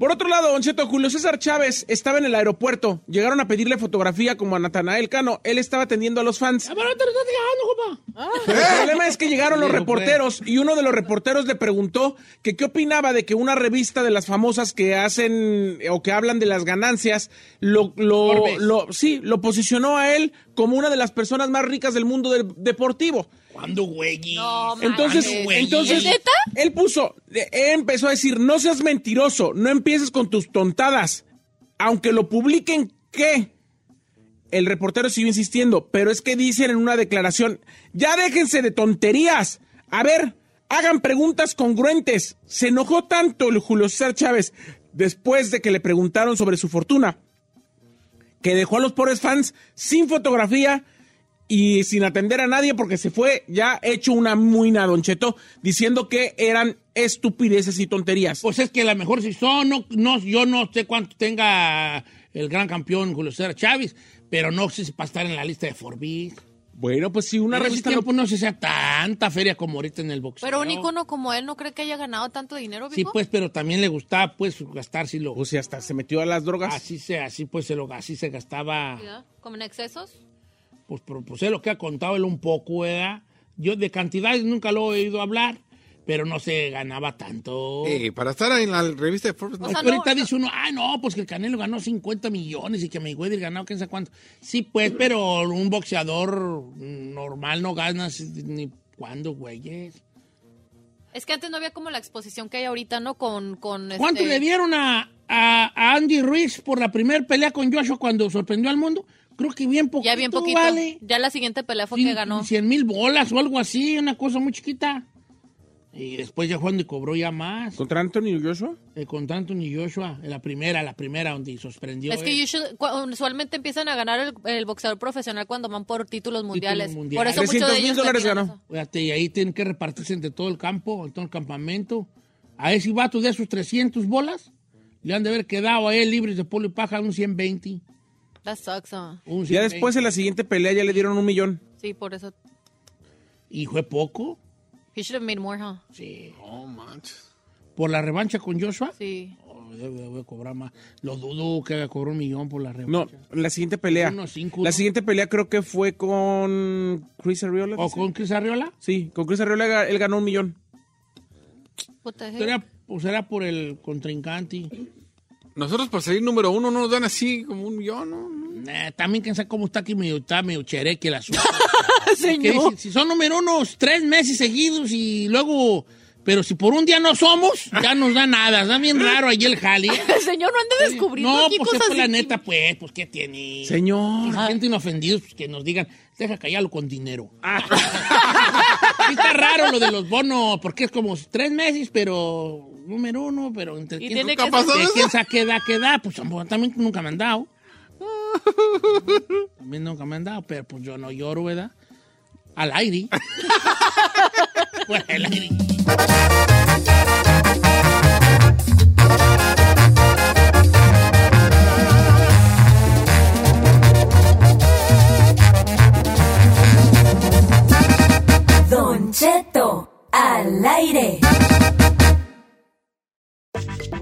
S3: Por otro lado, Don Cheto, Julio César Chávez estaba en el aeropuerto. Llegaron a pedirle fotografía como a Natanael Cano. Él estaba atendiendo a los fans.
S1: Ah, pero no te lo estás dejando, compa.
S2: ¿Ah?
S3: Pero el problema es que llegaron los
S1: Sí,
S3: reporteros y uno de los reporteros le preguntó que qué opinaba de que una revista de las famosas que hacen eh, o que hablan de las ganancias lo, lo,
S1: Forbes.
S3: lo- sí, lo posicionó a él como una de las personas más ricas del mundo del- deportivo.
S1: ¿Cuándo, güey?
S2: No, man.
S3: Entonces,
S2: Ay, güey.
S3: entonces
S2: ¿Es neta?
S3: él puso, eh, él empezó a decir, no seas mentiroso, no empieces con tus tontadas, aunque lo publiquen, ¿qué? El reportero siguió insistiendo, pero es que dicen en una declaración, ya déjense de tonterías, a ver, hagan preguntas congruentes. Se enojó tanto el Julio César Chávez después de que le preguntaron sobre su fortuna que dejó a los pobres fans sin fotografía y sin atender a nadie porque se fue ya hecho una muina, Don Cheto, diciendo que eran estupideces y tonterías.
S1: Pues es que a lo mejor si son, no, no, yo no sé cuánto tenga el gran campeón Julio César Chávez, pero no sé si para estar en la lista de Forbes.
S3: Bueno, pues si una
S1: Una
S3: revista...
S1: tiempo no se sea tanta feria como ahorita en el boxeo.
S2: Pero un icono como él no cree que haya ganado tanto dinero,
S1: Sí,
S2: Vico.
S1: pues, pero también le gustaba, pues, gastar si lo...
S3: O sea, hasta se metió a las drogas.
S1: Así se, así pues, se lo, así se gastaba,
S2: Cuidado, Como en excesos.
S1: pues, por- pues, es lo que ha contado él un poco, ¿verdad? Yo de cantidades nunca lo he oído hablar, pero no se ganaba tanto.
S5: Eh, para estar en la revista de Forbes, no.
S1: Es
S2: Ah,
S1: que ahorita dice uno, ay, no, pues que el Canelo ganó 50 millones y que Mayweather ganó quién sabe cuánto. Sí, pues, pero un boxeador normal no ganas ni cuándo, güeyes.
S2: Es que antes no había como la exposición que hay ahorita, ¿no? Con, con este-
S1: ¿Cuánto le dieron a, a- a Andy Ruiz por la primera pelea con Joshua cuando sorprendió al mundo? Creo que bien poquito,
S2: Ya bien poquito.
S1: vale.
S2: Ya la siguiente pelea fue que ganó.
S1: 100 mil bolas o algo así, una cosa muy chiquita. Y después ya cuando cobró ya más.
S3: ¿Contra Anthony Joshua?
S1: Eh, con Anthony Joshua, en la primera, la primera donde sorprendió.
S2: Es que
S1: él.
S2: usual- cua- usualmente empiezan a ganar el, el boxeador profesional cuando van por títulos mundiales. Por
S1: mundiales.
S2: eso muchos de
S3: 300,000
S2: ellos
S3: dólares
S2: terminan
S3: ganó.
S1: Fíjate, y ahí tienen que repartirse entre todo el campo, en todo el campamento. A ese vato de esos 300 bolas, le han de haber quedado a él libres de polio y paja un 120.
S2: eso. That sucks, ah.
S1: Un
S3: Ya después
S1: 120.
S3: en la siguiente pelea ya le dieron un millón.
S2: Sí, por eso.
S1: ¿Y fue poco?
S2: He should have made more, huh?
S1: Sí.
S5: No manches.
S1: ¿Por la revancha con Joshua?
S2: Sí.
S1: Oh, debe- debe cobrar más. Lo dudo que haya cobrado un millón por la
S3: No,
S1: revancha.
S3: la siguiente pelea.
S1: Unos cinco,
S3: La
S1: ¿no?
S3: siguiente pelea creo que fue con Chris Arriola.
S1: ¿O
S3: sí.
S1: Oh, con Chris Arriola?
S3: Sí, con Chris Arriola ga- él ganó un millón.
S2: What the heck?
S1: ¿Será, o será por el contrincante?
S5: Nosotros por salir número uno no nos dan así como un millón, ¿no? no.
S1: Nah, Eh, también quién sabe cómo está aquí medio, está medio chereque el asunto. Que dicen, si son número unos tres meses seguidos y luego... Pero si por un día no somos, ya nos da nada. Está bien raro ahí el jale.
S2: El señor no anda descubriendo
S1: No,
S2: aquí
S1: pues es
S2: cosas.
S1: por la
S2: in-
S1: neta, pues, pues ¿qué tiene? Y
S3: Señor.
S1: la gente inofendidos pues, que nos digan, deja callarlo con dinero. Sí está raro lo de los bonos, porque es como tres meses, pero número uno, pero entre
S2: Y
S1: quién,
S2: tiene
S5: nunca
S2: que
S5: pasó.
S2: ser-
S1: de quién sabe qué da, qué da, pues tampoco- también nunca me han dado. También nunca me han dado, pero pues yo no lloro, ¿verdad? Al aire. Pues, al aire.
S8: Don Cheto, al aire.